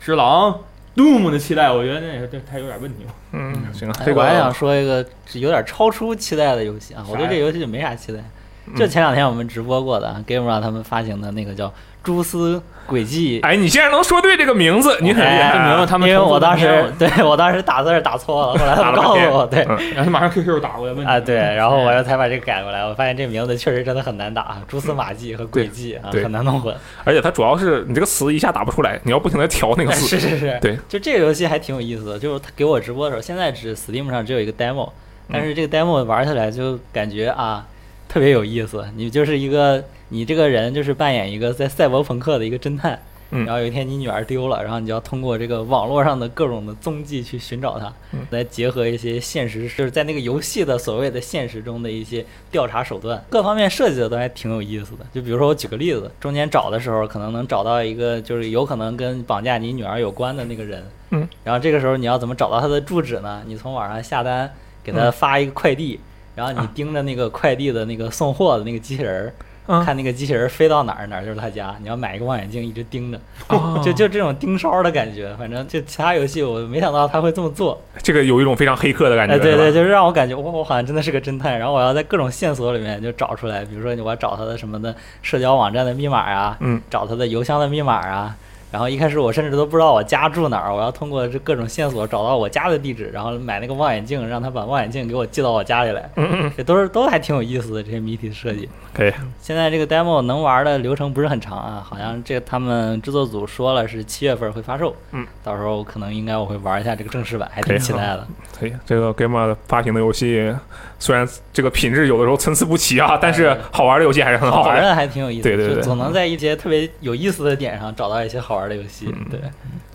Speaker 3: 之狼 Doom 的期待，我觉得那这太有点问题了。
Speaker 1: 嗯，行啊，
Speaker 4: 哎
Speaker 1: 这
Speaker 4: 我还
Speaker 1: 个
Speaker 4: 想说一个是有点超出期待的游戏啊，我对
Speaker 3: 啥呀
Speaker 4: 这游戏没啥期待。
Speaker 1: 嗯
Speaker 4: 就前两天我们直播过的啊 g a m e r a 他们发行的那个叫《蛛丝轨迹》，
Speaker 1: 哎，你竟然能说对这个名字，你很厉
Speaker 4: 哎
Speaker 1: 害
Speaker 3: 这名字
Speaker 1: 啊。
Speaker 3: 他们
Speaker 4: 因为
Speaker 3: 重复
Speaker 4: 我当
Speaker 3: 了半
Speaker 4: 时对我当时打字儿打错了，后来他们
Speaker 1: 打了
Speaker 4: 告
Speaker 1: 半天
Speaker 4: 诉我，对
Speaker 1: 嗯
Speaker 3: 然后他马上 QQ 打过来问你
Speaker 4: 啊对，然后我又才把这个改过来，我发现这名字确实真的很难打，啊，蛛丝马迹和轨迹啊
Speaker 1: 对
Speaker 4: 很难弄混。
Speaker 1: 而且它主要是你这个词一下打不出来，你要不停的调那个字。
Speaker 4: 哎是是是，
Speaker 1: 对，
Speaker 4: 就这个游戏还挺有意思的，就是他给我直播的时候，现在只 Steam 上只有一个 demo，但是这个 demo 玩起来就感觉啊特别有意思，你就是一个你这个人就是扮演一个在赛博朋克的一个侦探。
Speaker 1: 嗯
Speaker 4: 然后有一天你女儿丢了，然后你就要通过这个网络上的各种的踪迹去寻找她，
Speaker 1: 嗯
Speaker 4: 来结合一些现实，就是在那个游戏的所谓的现实中的一些调查手段，各方面设计的都还挺有意思的。就比如说我举个例子，中间找的时候可能能找到一个就是有可能跟绑架你女儿有关的那个人，
Speaker 1: 嗯，嗯
Speaker 4: 然后这个时候你要怎么找到他的住址呢？你从网上下单给他发一个快递。然后你
Speaker 1: 啊
Speaker 4: 盯着那个快递的那个送货的那个机器人儿，
Speaker 1: 嗯
Speaker 4: 看那个机器人儿飞到哪儿，哪儿就是他家。你要买一个望远镜一直盯着，
Speaker 1: 哦
Speaker 4: 就就这种盯梢的感觉。反正就其他游戏我没想到他会这么做，
Speaker 1: 这个有一种非常黑客的感觉，
Speaker 4: 哎，对
Speaker 1: 是吧
Speaker 4: 对，就是让我感觉哇，我好像真的是个侦探。然后我要在各种线索里面就找出来，比如说我要找他的什么的社交网站的密码啊，
Speaker 1: 嗯，
Speaker 4: 找他的邮箱的密码啊。然后一开始我甚至都不知道我家住哪儿，我要通过这各种线索找到我家的地址，然后买那个望远镜，让他把望远镜给我寄到我家里来。
Speaker 1: 嗯嗯，
Speaker 4: 这都是都还挺有意思的这些谜题设计。
Speaker 1: 可以，
Speaker 4: 现在这个 demo 能玩的流程不是很长啊，好像这他们制作组说了是七月份会发售，
Speaker 1: 嗯，
Speaker 4: 到时候可能应该我会玩一下这个正式版，还
Speaker 1: 可以
Speaker 4: 挺期待的。
Speaker 1: 可以。这个 Game 发行的游戏虽然这个品质有的时候参差不齐啊，但是好玩的游戏还 是很
Speaker 4: 哎好
Speaker 1: 玩
Speaker 4: 玩
Speaker 1: 的。
Speaker 4: 的还挺有意思，
Speaker 1: 对对对
Speaker 4: 就总能在一些特别有意思的点上找到一些好玩的游戏。
Speaker 1: 嗯
Speaker 4: 对，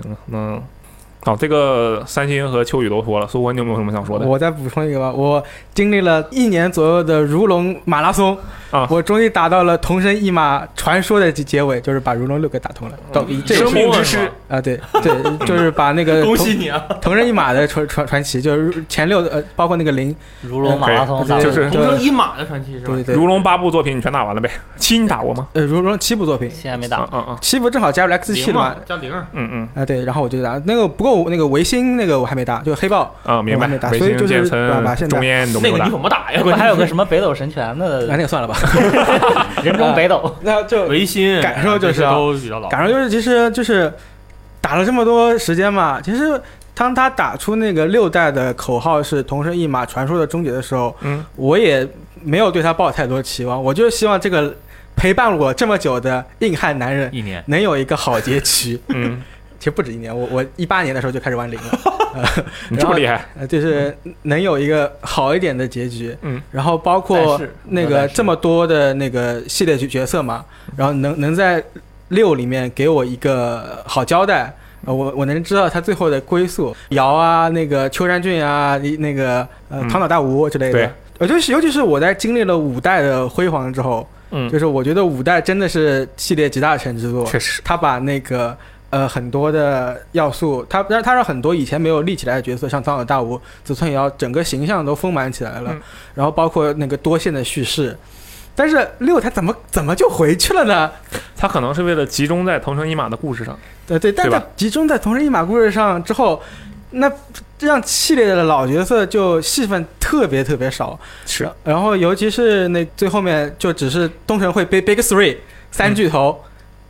Speaker 1: 嗯，那好，这个三星和秋雨都说了，苏文你有没有什么想说的？
Speaker 2: 我再补充一个吧，我经历了一年左右的如龙马拉松，
Speaker 1: 啊
Speaker 2: 我终于达到了同生一马传说的结结尾，就是把如龙六给打通了。到这也
Speaker 1: 生
Speaker 2: 是
Speaker 1: 命之师，
Speaker 2: 啊，对对， 就是把那个
Speaker 3: 恭喜
Speaker 2: 同
Speaker 3: 你啊！
Speaker 2: 同生一马的传传传奇，就是前六呃，包括那个零，
Speaker 4: 如
Speaker 3: 哎
Speaker 4: 龙马拉松
Speaker 2: 嗯
Speaker 4: 打
Speaker 1: 就
Speaker 4: 得
Speaker 1: 是
Speaker 3: 同生一马的传奇是吧
Speaker 2: 对？对
Speaker 1: 如
Speaker 2: 对，
Speaker 1: 龙八部作品你全打完了呗？七你打过吗？
Speaker 2: 呃，如龙七部作品，
Speaker 4: 现在没
Speaker 1: 啊啊
Speaker 4: 打，
Speaker 1: 啊！
Speaker 2: 七部正好加入了 X 七
Speaker 3: 零
Speaker 2: 了嘛
Speaker 3: 嘛，，加零，
Speaker 1: 嗯嗯
Speaker 2: 啊对，然后我就打那个，不过我那个维新那个我还没打，就是黑豹，
Speaker 1: 啊，明白
Speaker 2: 我还没。打
Speaker 1: 维
Speaker 2: 所以
Speaker 1: 新、
Speaker 2: 就是
Speaker 1: 剑
Speaker 2: 把把现
Speaker 1: 神、
Speaker 2: 在
Speaker 1: 中烟你都没
Speaker 3: 那
Speaker 1: 有
Speaker 3: 个
Speaker 1: 打
Speaker 3: 你。怎么打呀？
Speaker 4: 哎不
Speaker 3: 关键
Speaker 4: 还有个
Speaker 3: 是
Speaker 4: 什么北斗神拳
Speaker 2: 那那
Speaker 3: 哎
Speaker 4: 的
Speaker 2: 个算了吧，
Speaker 4: 人
Speaker 3: 啊
Speaker 4: 中北 斗，
Speaker 2: 那 就
Speaker 3: 维新
Speaker 2: 感受就是啊
Speaker 3: 这些都比较老，
Speaker 2: 感受就是，其实就是打了这么多时间嘛，其实当他打出那个六代的口号是“同生一马，传说的终结”的时候，
Speaker 1: 嗯，
Speaker 2: 我也没有对他抱太多期望，我就是希望这个陪伴我这么久的硬汉男人
Speaker 3: 一年。
Speaker 2: 能有一个好结局。
Speaker 1: 嗯，
Speaker 2: 其实不止一年，我我一八年的时候就开始玩零了，
Speaker 1: 你这么厉害，
Speaker 2: 呃，就是能有一个好一点的结局。
Speaker 1: 嗯，
Speaker 2: 然后包
Speaker 4: 但
Speaker 2: 括
Speaker 4: 是
Speaker 2: 那
Speaker 4: 但
Speaker 2: 个
Speaker 4: 是
Speaker 2: 这么多的那个系列角角色嘛，
Speaker 1: 嗯
Speaker 2: 然后能能在六里面给我一个好交代，呃、我我能知道他最后的归宿。瑶啊，那个秋山俊啊，一那个呃
Speaker 1: 嗯
Speaker 2: 唐岛大吴之类的
Speaker 1: 对。
Speaker 2: 我就是，尤其是我在经历了五代的辉煌之后，
Speaker 1: 嗯
Speaker 2: 就，是我觉得五代真的是系列集大成之作，
Speaker 1: 确实，
Speaker 2: 他把那个呃很多的要素，他让他让很多以前没有立起来的角色，像苍老大吴、子寸瑶，整个形象都丰满起来了。
Speaker 1: 嗯
Speaker 2: 然后包括那个多线的叙事，但是六他怎么怎么就回去了呢？
Speaker 1: 他可能是为了集中在同城一马的故事上。
Speaker 2: 对对，但
Speaker 1: 对吧
Speaker 2: 他集中在同人一马故事上之后，那让系列的老角色就戏份特别特别少。
Speaker 1: 是，
Speaker 2: 然后尤其是那最后面就只是东城会被 Big Three 三巨头，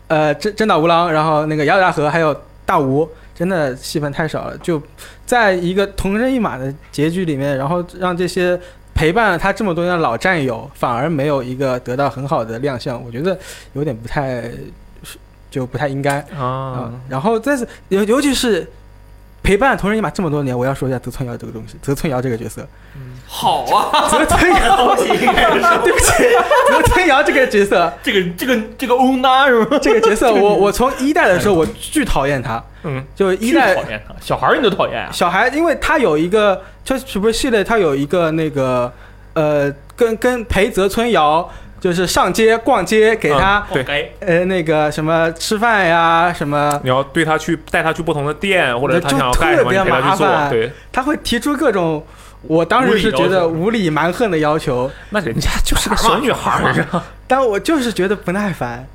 Speaker 1: 嗯
Speaker 2: 呃，真真岛无郎，然后那个姚大和还有大吴，真的戏份太少了。就在一个同人一马的结局里面，然后让这些陪伴了他这么多年的老战友，反而没有一个得到很好的亮相，我觉得有点不太，就不太应该。啊
Speaker 1: 啊，，
Speaker 2: 然后但是尤尤其是陪伴同人一马这么多年，我要说一下泽村遥这个东西，泽村遥这个角色，
Speaker 3: 好啊，
Speaker 2: 泽村遥，对不起，泽村遥这个角色，
Speaker 3: 这个这个这个欧娜是吧？
Speaker 2: 这个角 色我我从一代的时候我巨讨厌他，
Speaker 1: 嗯，
Speaker 2: 就一代
Speaker 3: 巨讨厌他，小孩儿你都讨厌啊？
Speaker 2: 小孩，因为他有一个，就是不是系列，他有一个那个，呃，跟跟陪泽村遥就是上街逛街，给他、
Speaker 1: 对
Speaker 3: 对，
Speaker 2: 呃那个什么吃饭呀什么。
Speaker 1: 你要对他去带他去不同的店，或者他
Speaker 2: 就
Speaker 1: 想要干什么，
Speaker 2: 特别
Speaker 1: 你陪他去
Speaker 2: 麻
Speaker 1: 做。
Speaker 2: 烦
Speaker 1: 对，
Speaker 2: 他会提出各种我当时是觉得无理蛮横的要求，
Speaker 1: 那 人家就是个小女孩儿，
Speaker 2: 但我就是觉得不耐烦。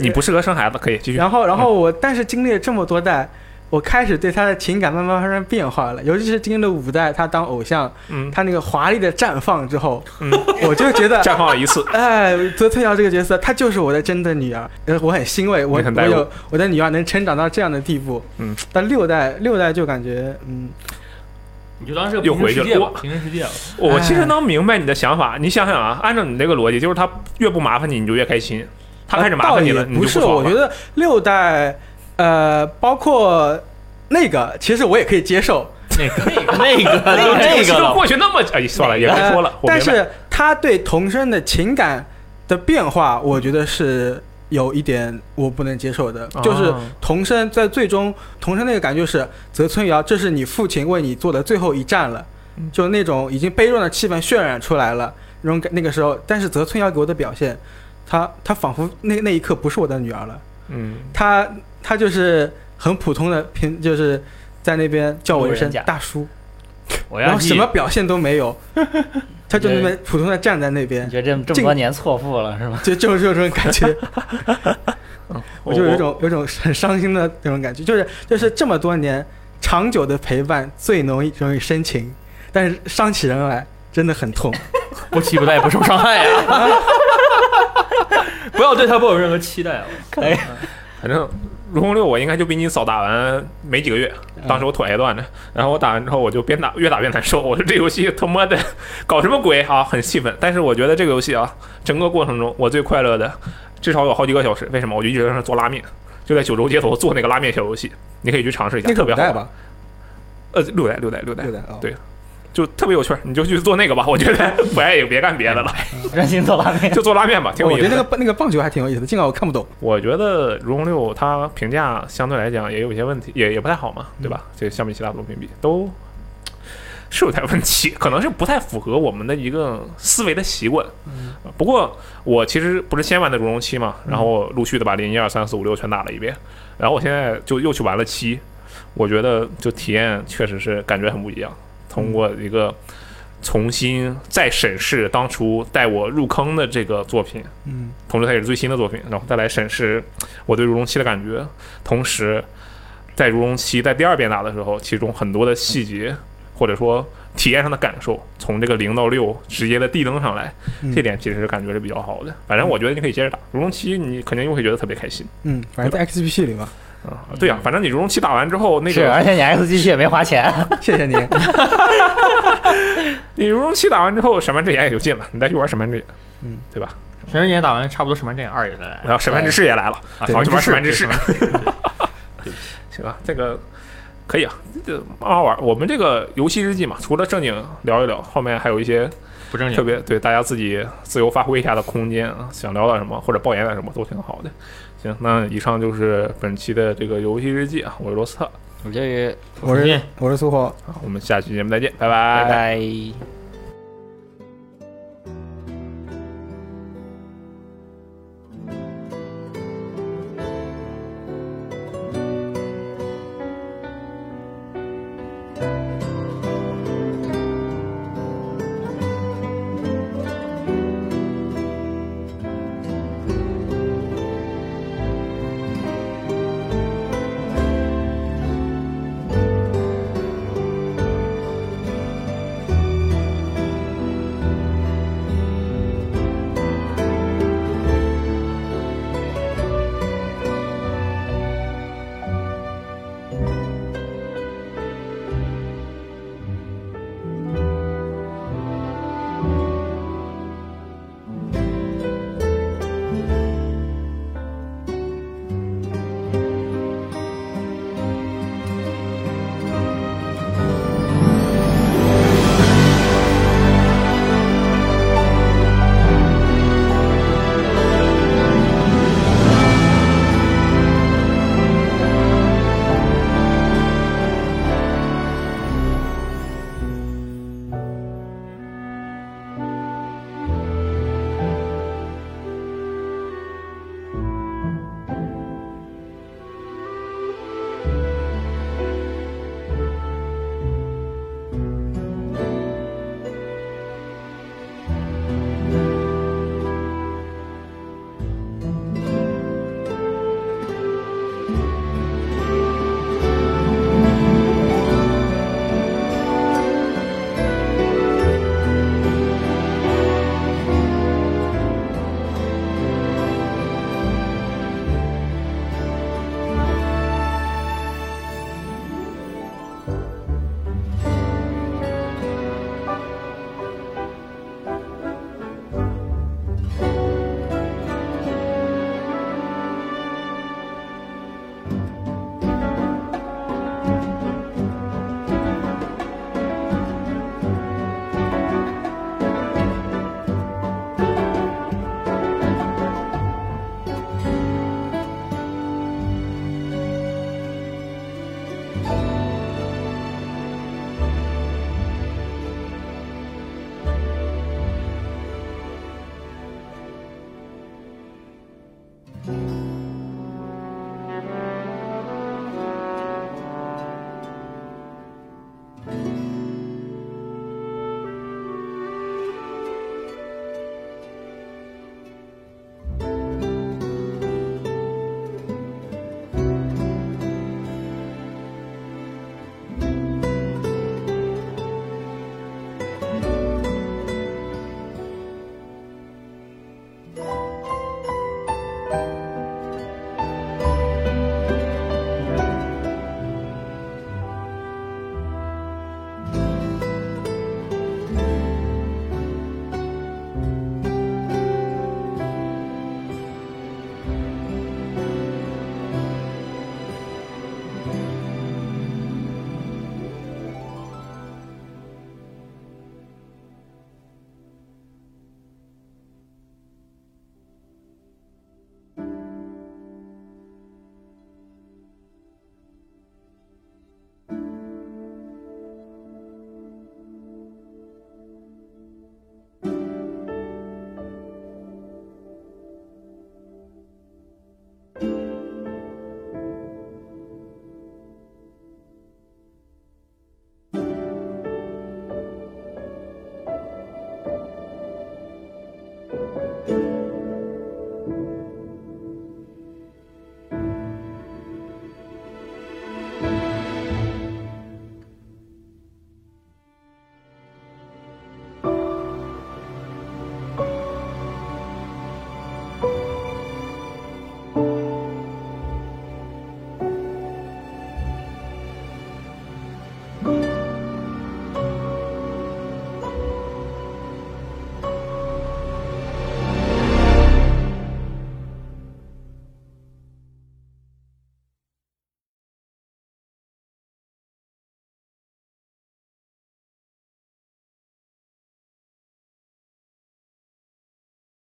Speaker 1: 你不适合生孩子，可以继续。
Speaker 2: 然后，然后我但是经历了这么多代，我开始对他的情感慢慢发生变化了，尤其是经历了五代他当偶像，
Speaker 1: 嗯，
Speaker 2: 他那个华丽的绽放 之后，
Speaker 1: 嗯
Speaker 2: 我就觉 得。
Speaker 1: 绽放了一 次，
Speaker 2: 哎，泽村遥这个角色，她就是我的真的女儿，呃，我很欣慰，我
Speaker 1: 你很
Speaker 2: 我
Speaker 1: 代入
Speaker 2: 有我的女儿能成长到这样的地步。
Speaker 1: 嗯，
Speaker 2: 但六代六代就感觉，嗯，
Speaker 3: 你就当是个
Speaker 1: 又
Speaker 3: 平
Speaker 1: 回去
Speaker 3: 行世
Speaker 1: 了
Speaker 3: 界吧
Speaker 1: 我，
Speaker 3: 平行世界吧。
Speaker 1: 我其实
Speaker 2: 哎
Speaker 1: 能明白你的想法。你想想啊，按照你这个逻辑，就是他越不麻烦你，你就越开心；他开始麻烦你了，
Speaker 2: 呃倒
Speaker 1: 你就
Speaker 2: 也不是，
Speaker 1: 爽
Speaker 2: 我
Speaker 1: 了
Speaker 2: 觉得六代，呃，包括那个，其实我也可以接受，
Speaker 3: 那个那个
Speaker 1: 哎
Speaker 3: 那
Speaker 1: 这事
Speaker 3: 个
Speaker 1: 都
Speaker 3: 了，
Speaker 1: 过去那么哎，算了，也别说了。我
Speaker 2: 但
Speaker 1: 明白
Speaker 2: 是他对童声的情感的变化，我觉得是有一点我不能接受的，
Speaker 1: 啊
Speaker 2: 就是童声在最终童声那个感觉是泽村遥，这是你父亲为你做的最后一战了，
Speaker 1: 嗯
Speaker 2: 就那种已经悲壮的气氛渲染出来了，那种感那个时候，但是泽村遥给我的表现，他他仿佛那那一刻不是我的女儿了。
Speaker 1: 嗯，
Speaker 2: 他他就是很普通的平，就是在那边叫我一
Speaker 4: 路人
Speaker 2: 声
Speaker 4: 甲
Speaker 2: 大叔，
Speaker 3: 我
Speaker 2: 然
Speaker 3: 要
Speaker 2: 后
Speaker 3: 记
Speaker 2: 什么表现都没有，他就
Speaker 4: 你
Speaker 2: 那
Speaker 4: 觉得
Speaker 2: 么普通的站在那边
Speaker 4: 你，觉得这这么
Speaker 2: 进
Speaker 4: 多年错付了是吧？
Speaker 2: 就就就这种 感觉，我就有一种有一种很伤心的那种感觉，就是就是这么多年长久的陪伴最容易容易深情，但是伤起人来真的很 痛。
Speaker 3: 不期不待不受伤害呀、 不要对他抱有任何期待啊！
Speaker 4: 可以，
Speaker 1: 反正如虹六我应该就比你早打完没几个月，
Speaker 2: 嗯
Speaker 1: 当时我腿还断着，然后我打完之后我就边打越打越难受，我说这游戏他妈的搞什么鬼啊，很气愤。但是我觉得这个游戏啊，整个过程中我最快乐的至少有好几个小时，为什么？我就一直在那做拉面。就在九州街头做那个拉面小游戏，你可以去尝试一下，
Speaker 2: 那个
Speaker 1: 特别
Speaker 2: 五
Speaker 1: 好
Speaker 2: 代
Speaker 1: 玩。
Speaker 2: 吧，
Speaker 1: 呃，六代，六代，六代
Speaker 2: 对，的啊，
Speaker 1: 对就特别有趣儿，你就去做那个吧。我觉得 不爱也别干别的了，
Speaker 3: 嗯
Speaker 4: 专心做拉面。
Speaker 1: 就做拉面吧，挺有
Speaker 2: 哦哎我
Speaker 1: 意
Speaker 2: 觉
Speaker 1: 思
Speaker 2: 得
Speaker 1: 的
Speaker 2: 那。个那个棒球还挺有意思的，尽管我看不懂。
Speaker 1: 我觉得《如龙六》它评价相对来讲也有一些问题，也也不太好嘛，对吧？这相比其他作品比都是有点问题，可能是不太符合我们的一个思维的习惯。不过我其实不是先玩的《如龙七》嘛，然后我陆续的把零一二三四五六全打了一遍，然后我现在就又去玩了七，我觉得就体验确实是感觉很不一样。通过一个重新再审视当初带我入坑的这个作品，
Speaker 2: 嗯，
Speaker 1: 同时它也是最新的作品，然后再来审视我对《如龙七》的感觉。同时，在《如龙七》在第二遍打的时候，其中很多的细节或者说体验上的感受，从这个零到六直接的递增上来，
Speaker 2: 嗯
Speaker 1: 这点其实是感觉是比较好的。反正我觉得你可以接着打《如龙七》，你肯定又会觉得特别开心
Speaker 2: 嗯，反正在 XGP 里嘛，
Speaker 1: 啊、对
Speaker 2: 嗯
Speaker 1: 呀、反正你《如龙七》打完之后，那
Speaker 4: 是，而
Speaker 2: 啊
Speaker 1: 个
Speaker 4: 且你 X G 也没花钱，
Speaker 2: 谢谢你。
Speaker 1: 你《如龙七》打完之后，审判之眼也就进了，你再去玩审判之眼，
Speaker 2: 嗯，
Speaker 1: 对吧？
Speaker 3: 神人也打完，差不多审判阵二也在来
Speaker 1: 然后审判之士也来了，
Speaker 3: 啊
Speaker 1: 好，你玩审判之士。
Speaker 3: 对
Speaker 1: 行吧，这个可以啊，这慢慢玩。我们这个游戏日记嘛，除了正经聊一聊，后面还有一些
Speaker 3: 不正
Speaker 1: 特
Speaker 3: 经。
Speaker 1: 别对大家自己自由发挥一下的空间啊，想聊点什么或者爆言点什么都挺好的。行，那以上就是本期的这个游戏日记啊，我是罗斯特
Speaker 4: 我就是
Speaker 2: 我是我是苏火，
Speaker 1: 啊，我们下期节目再见，拜
Speaker 4: 拜拜。
Speaker 3: 哎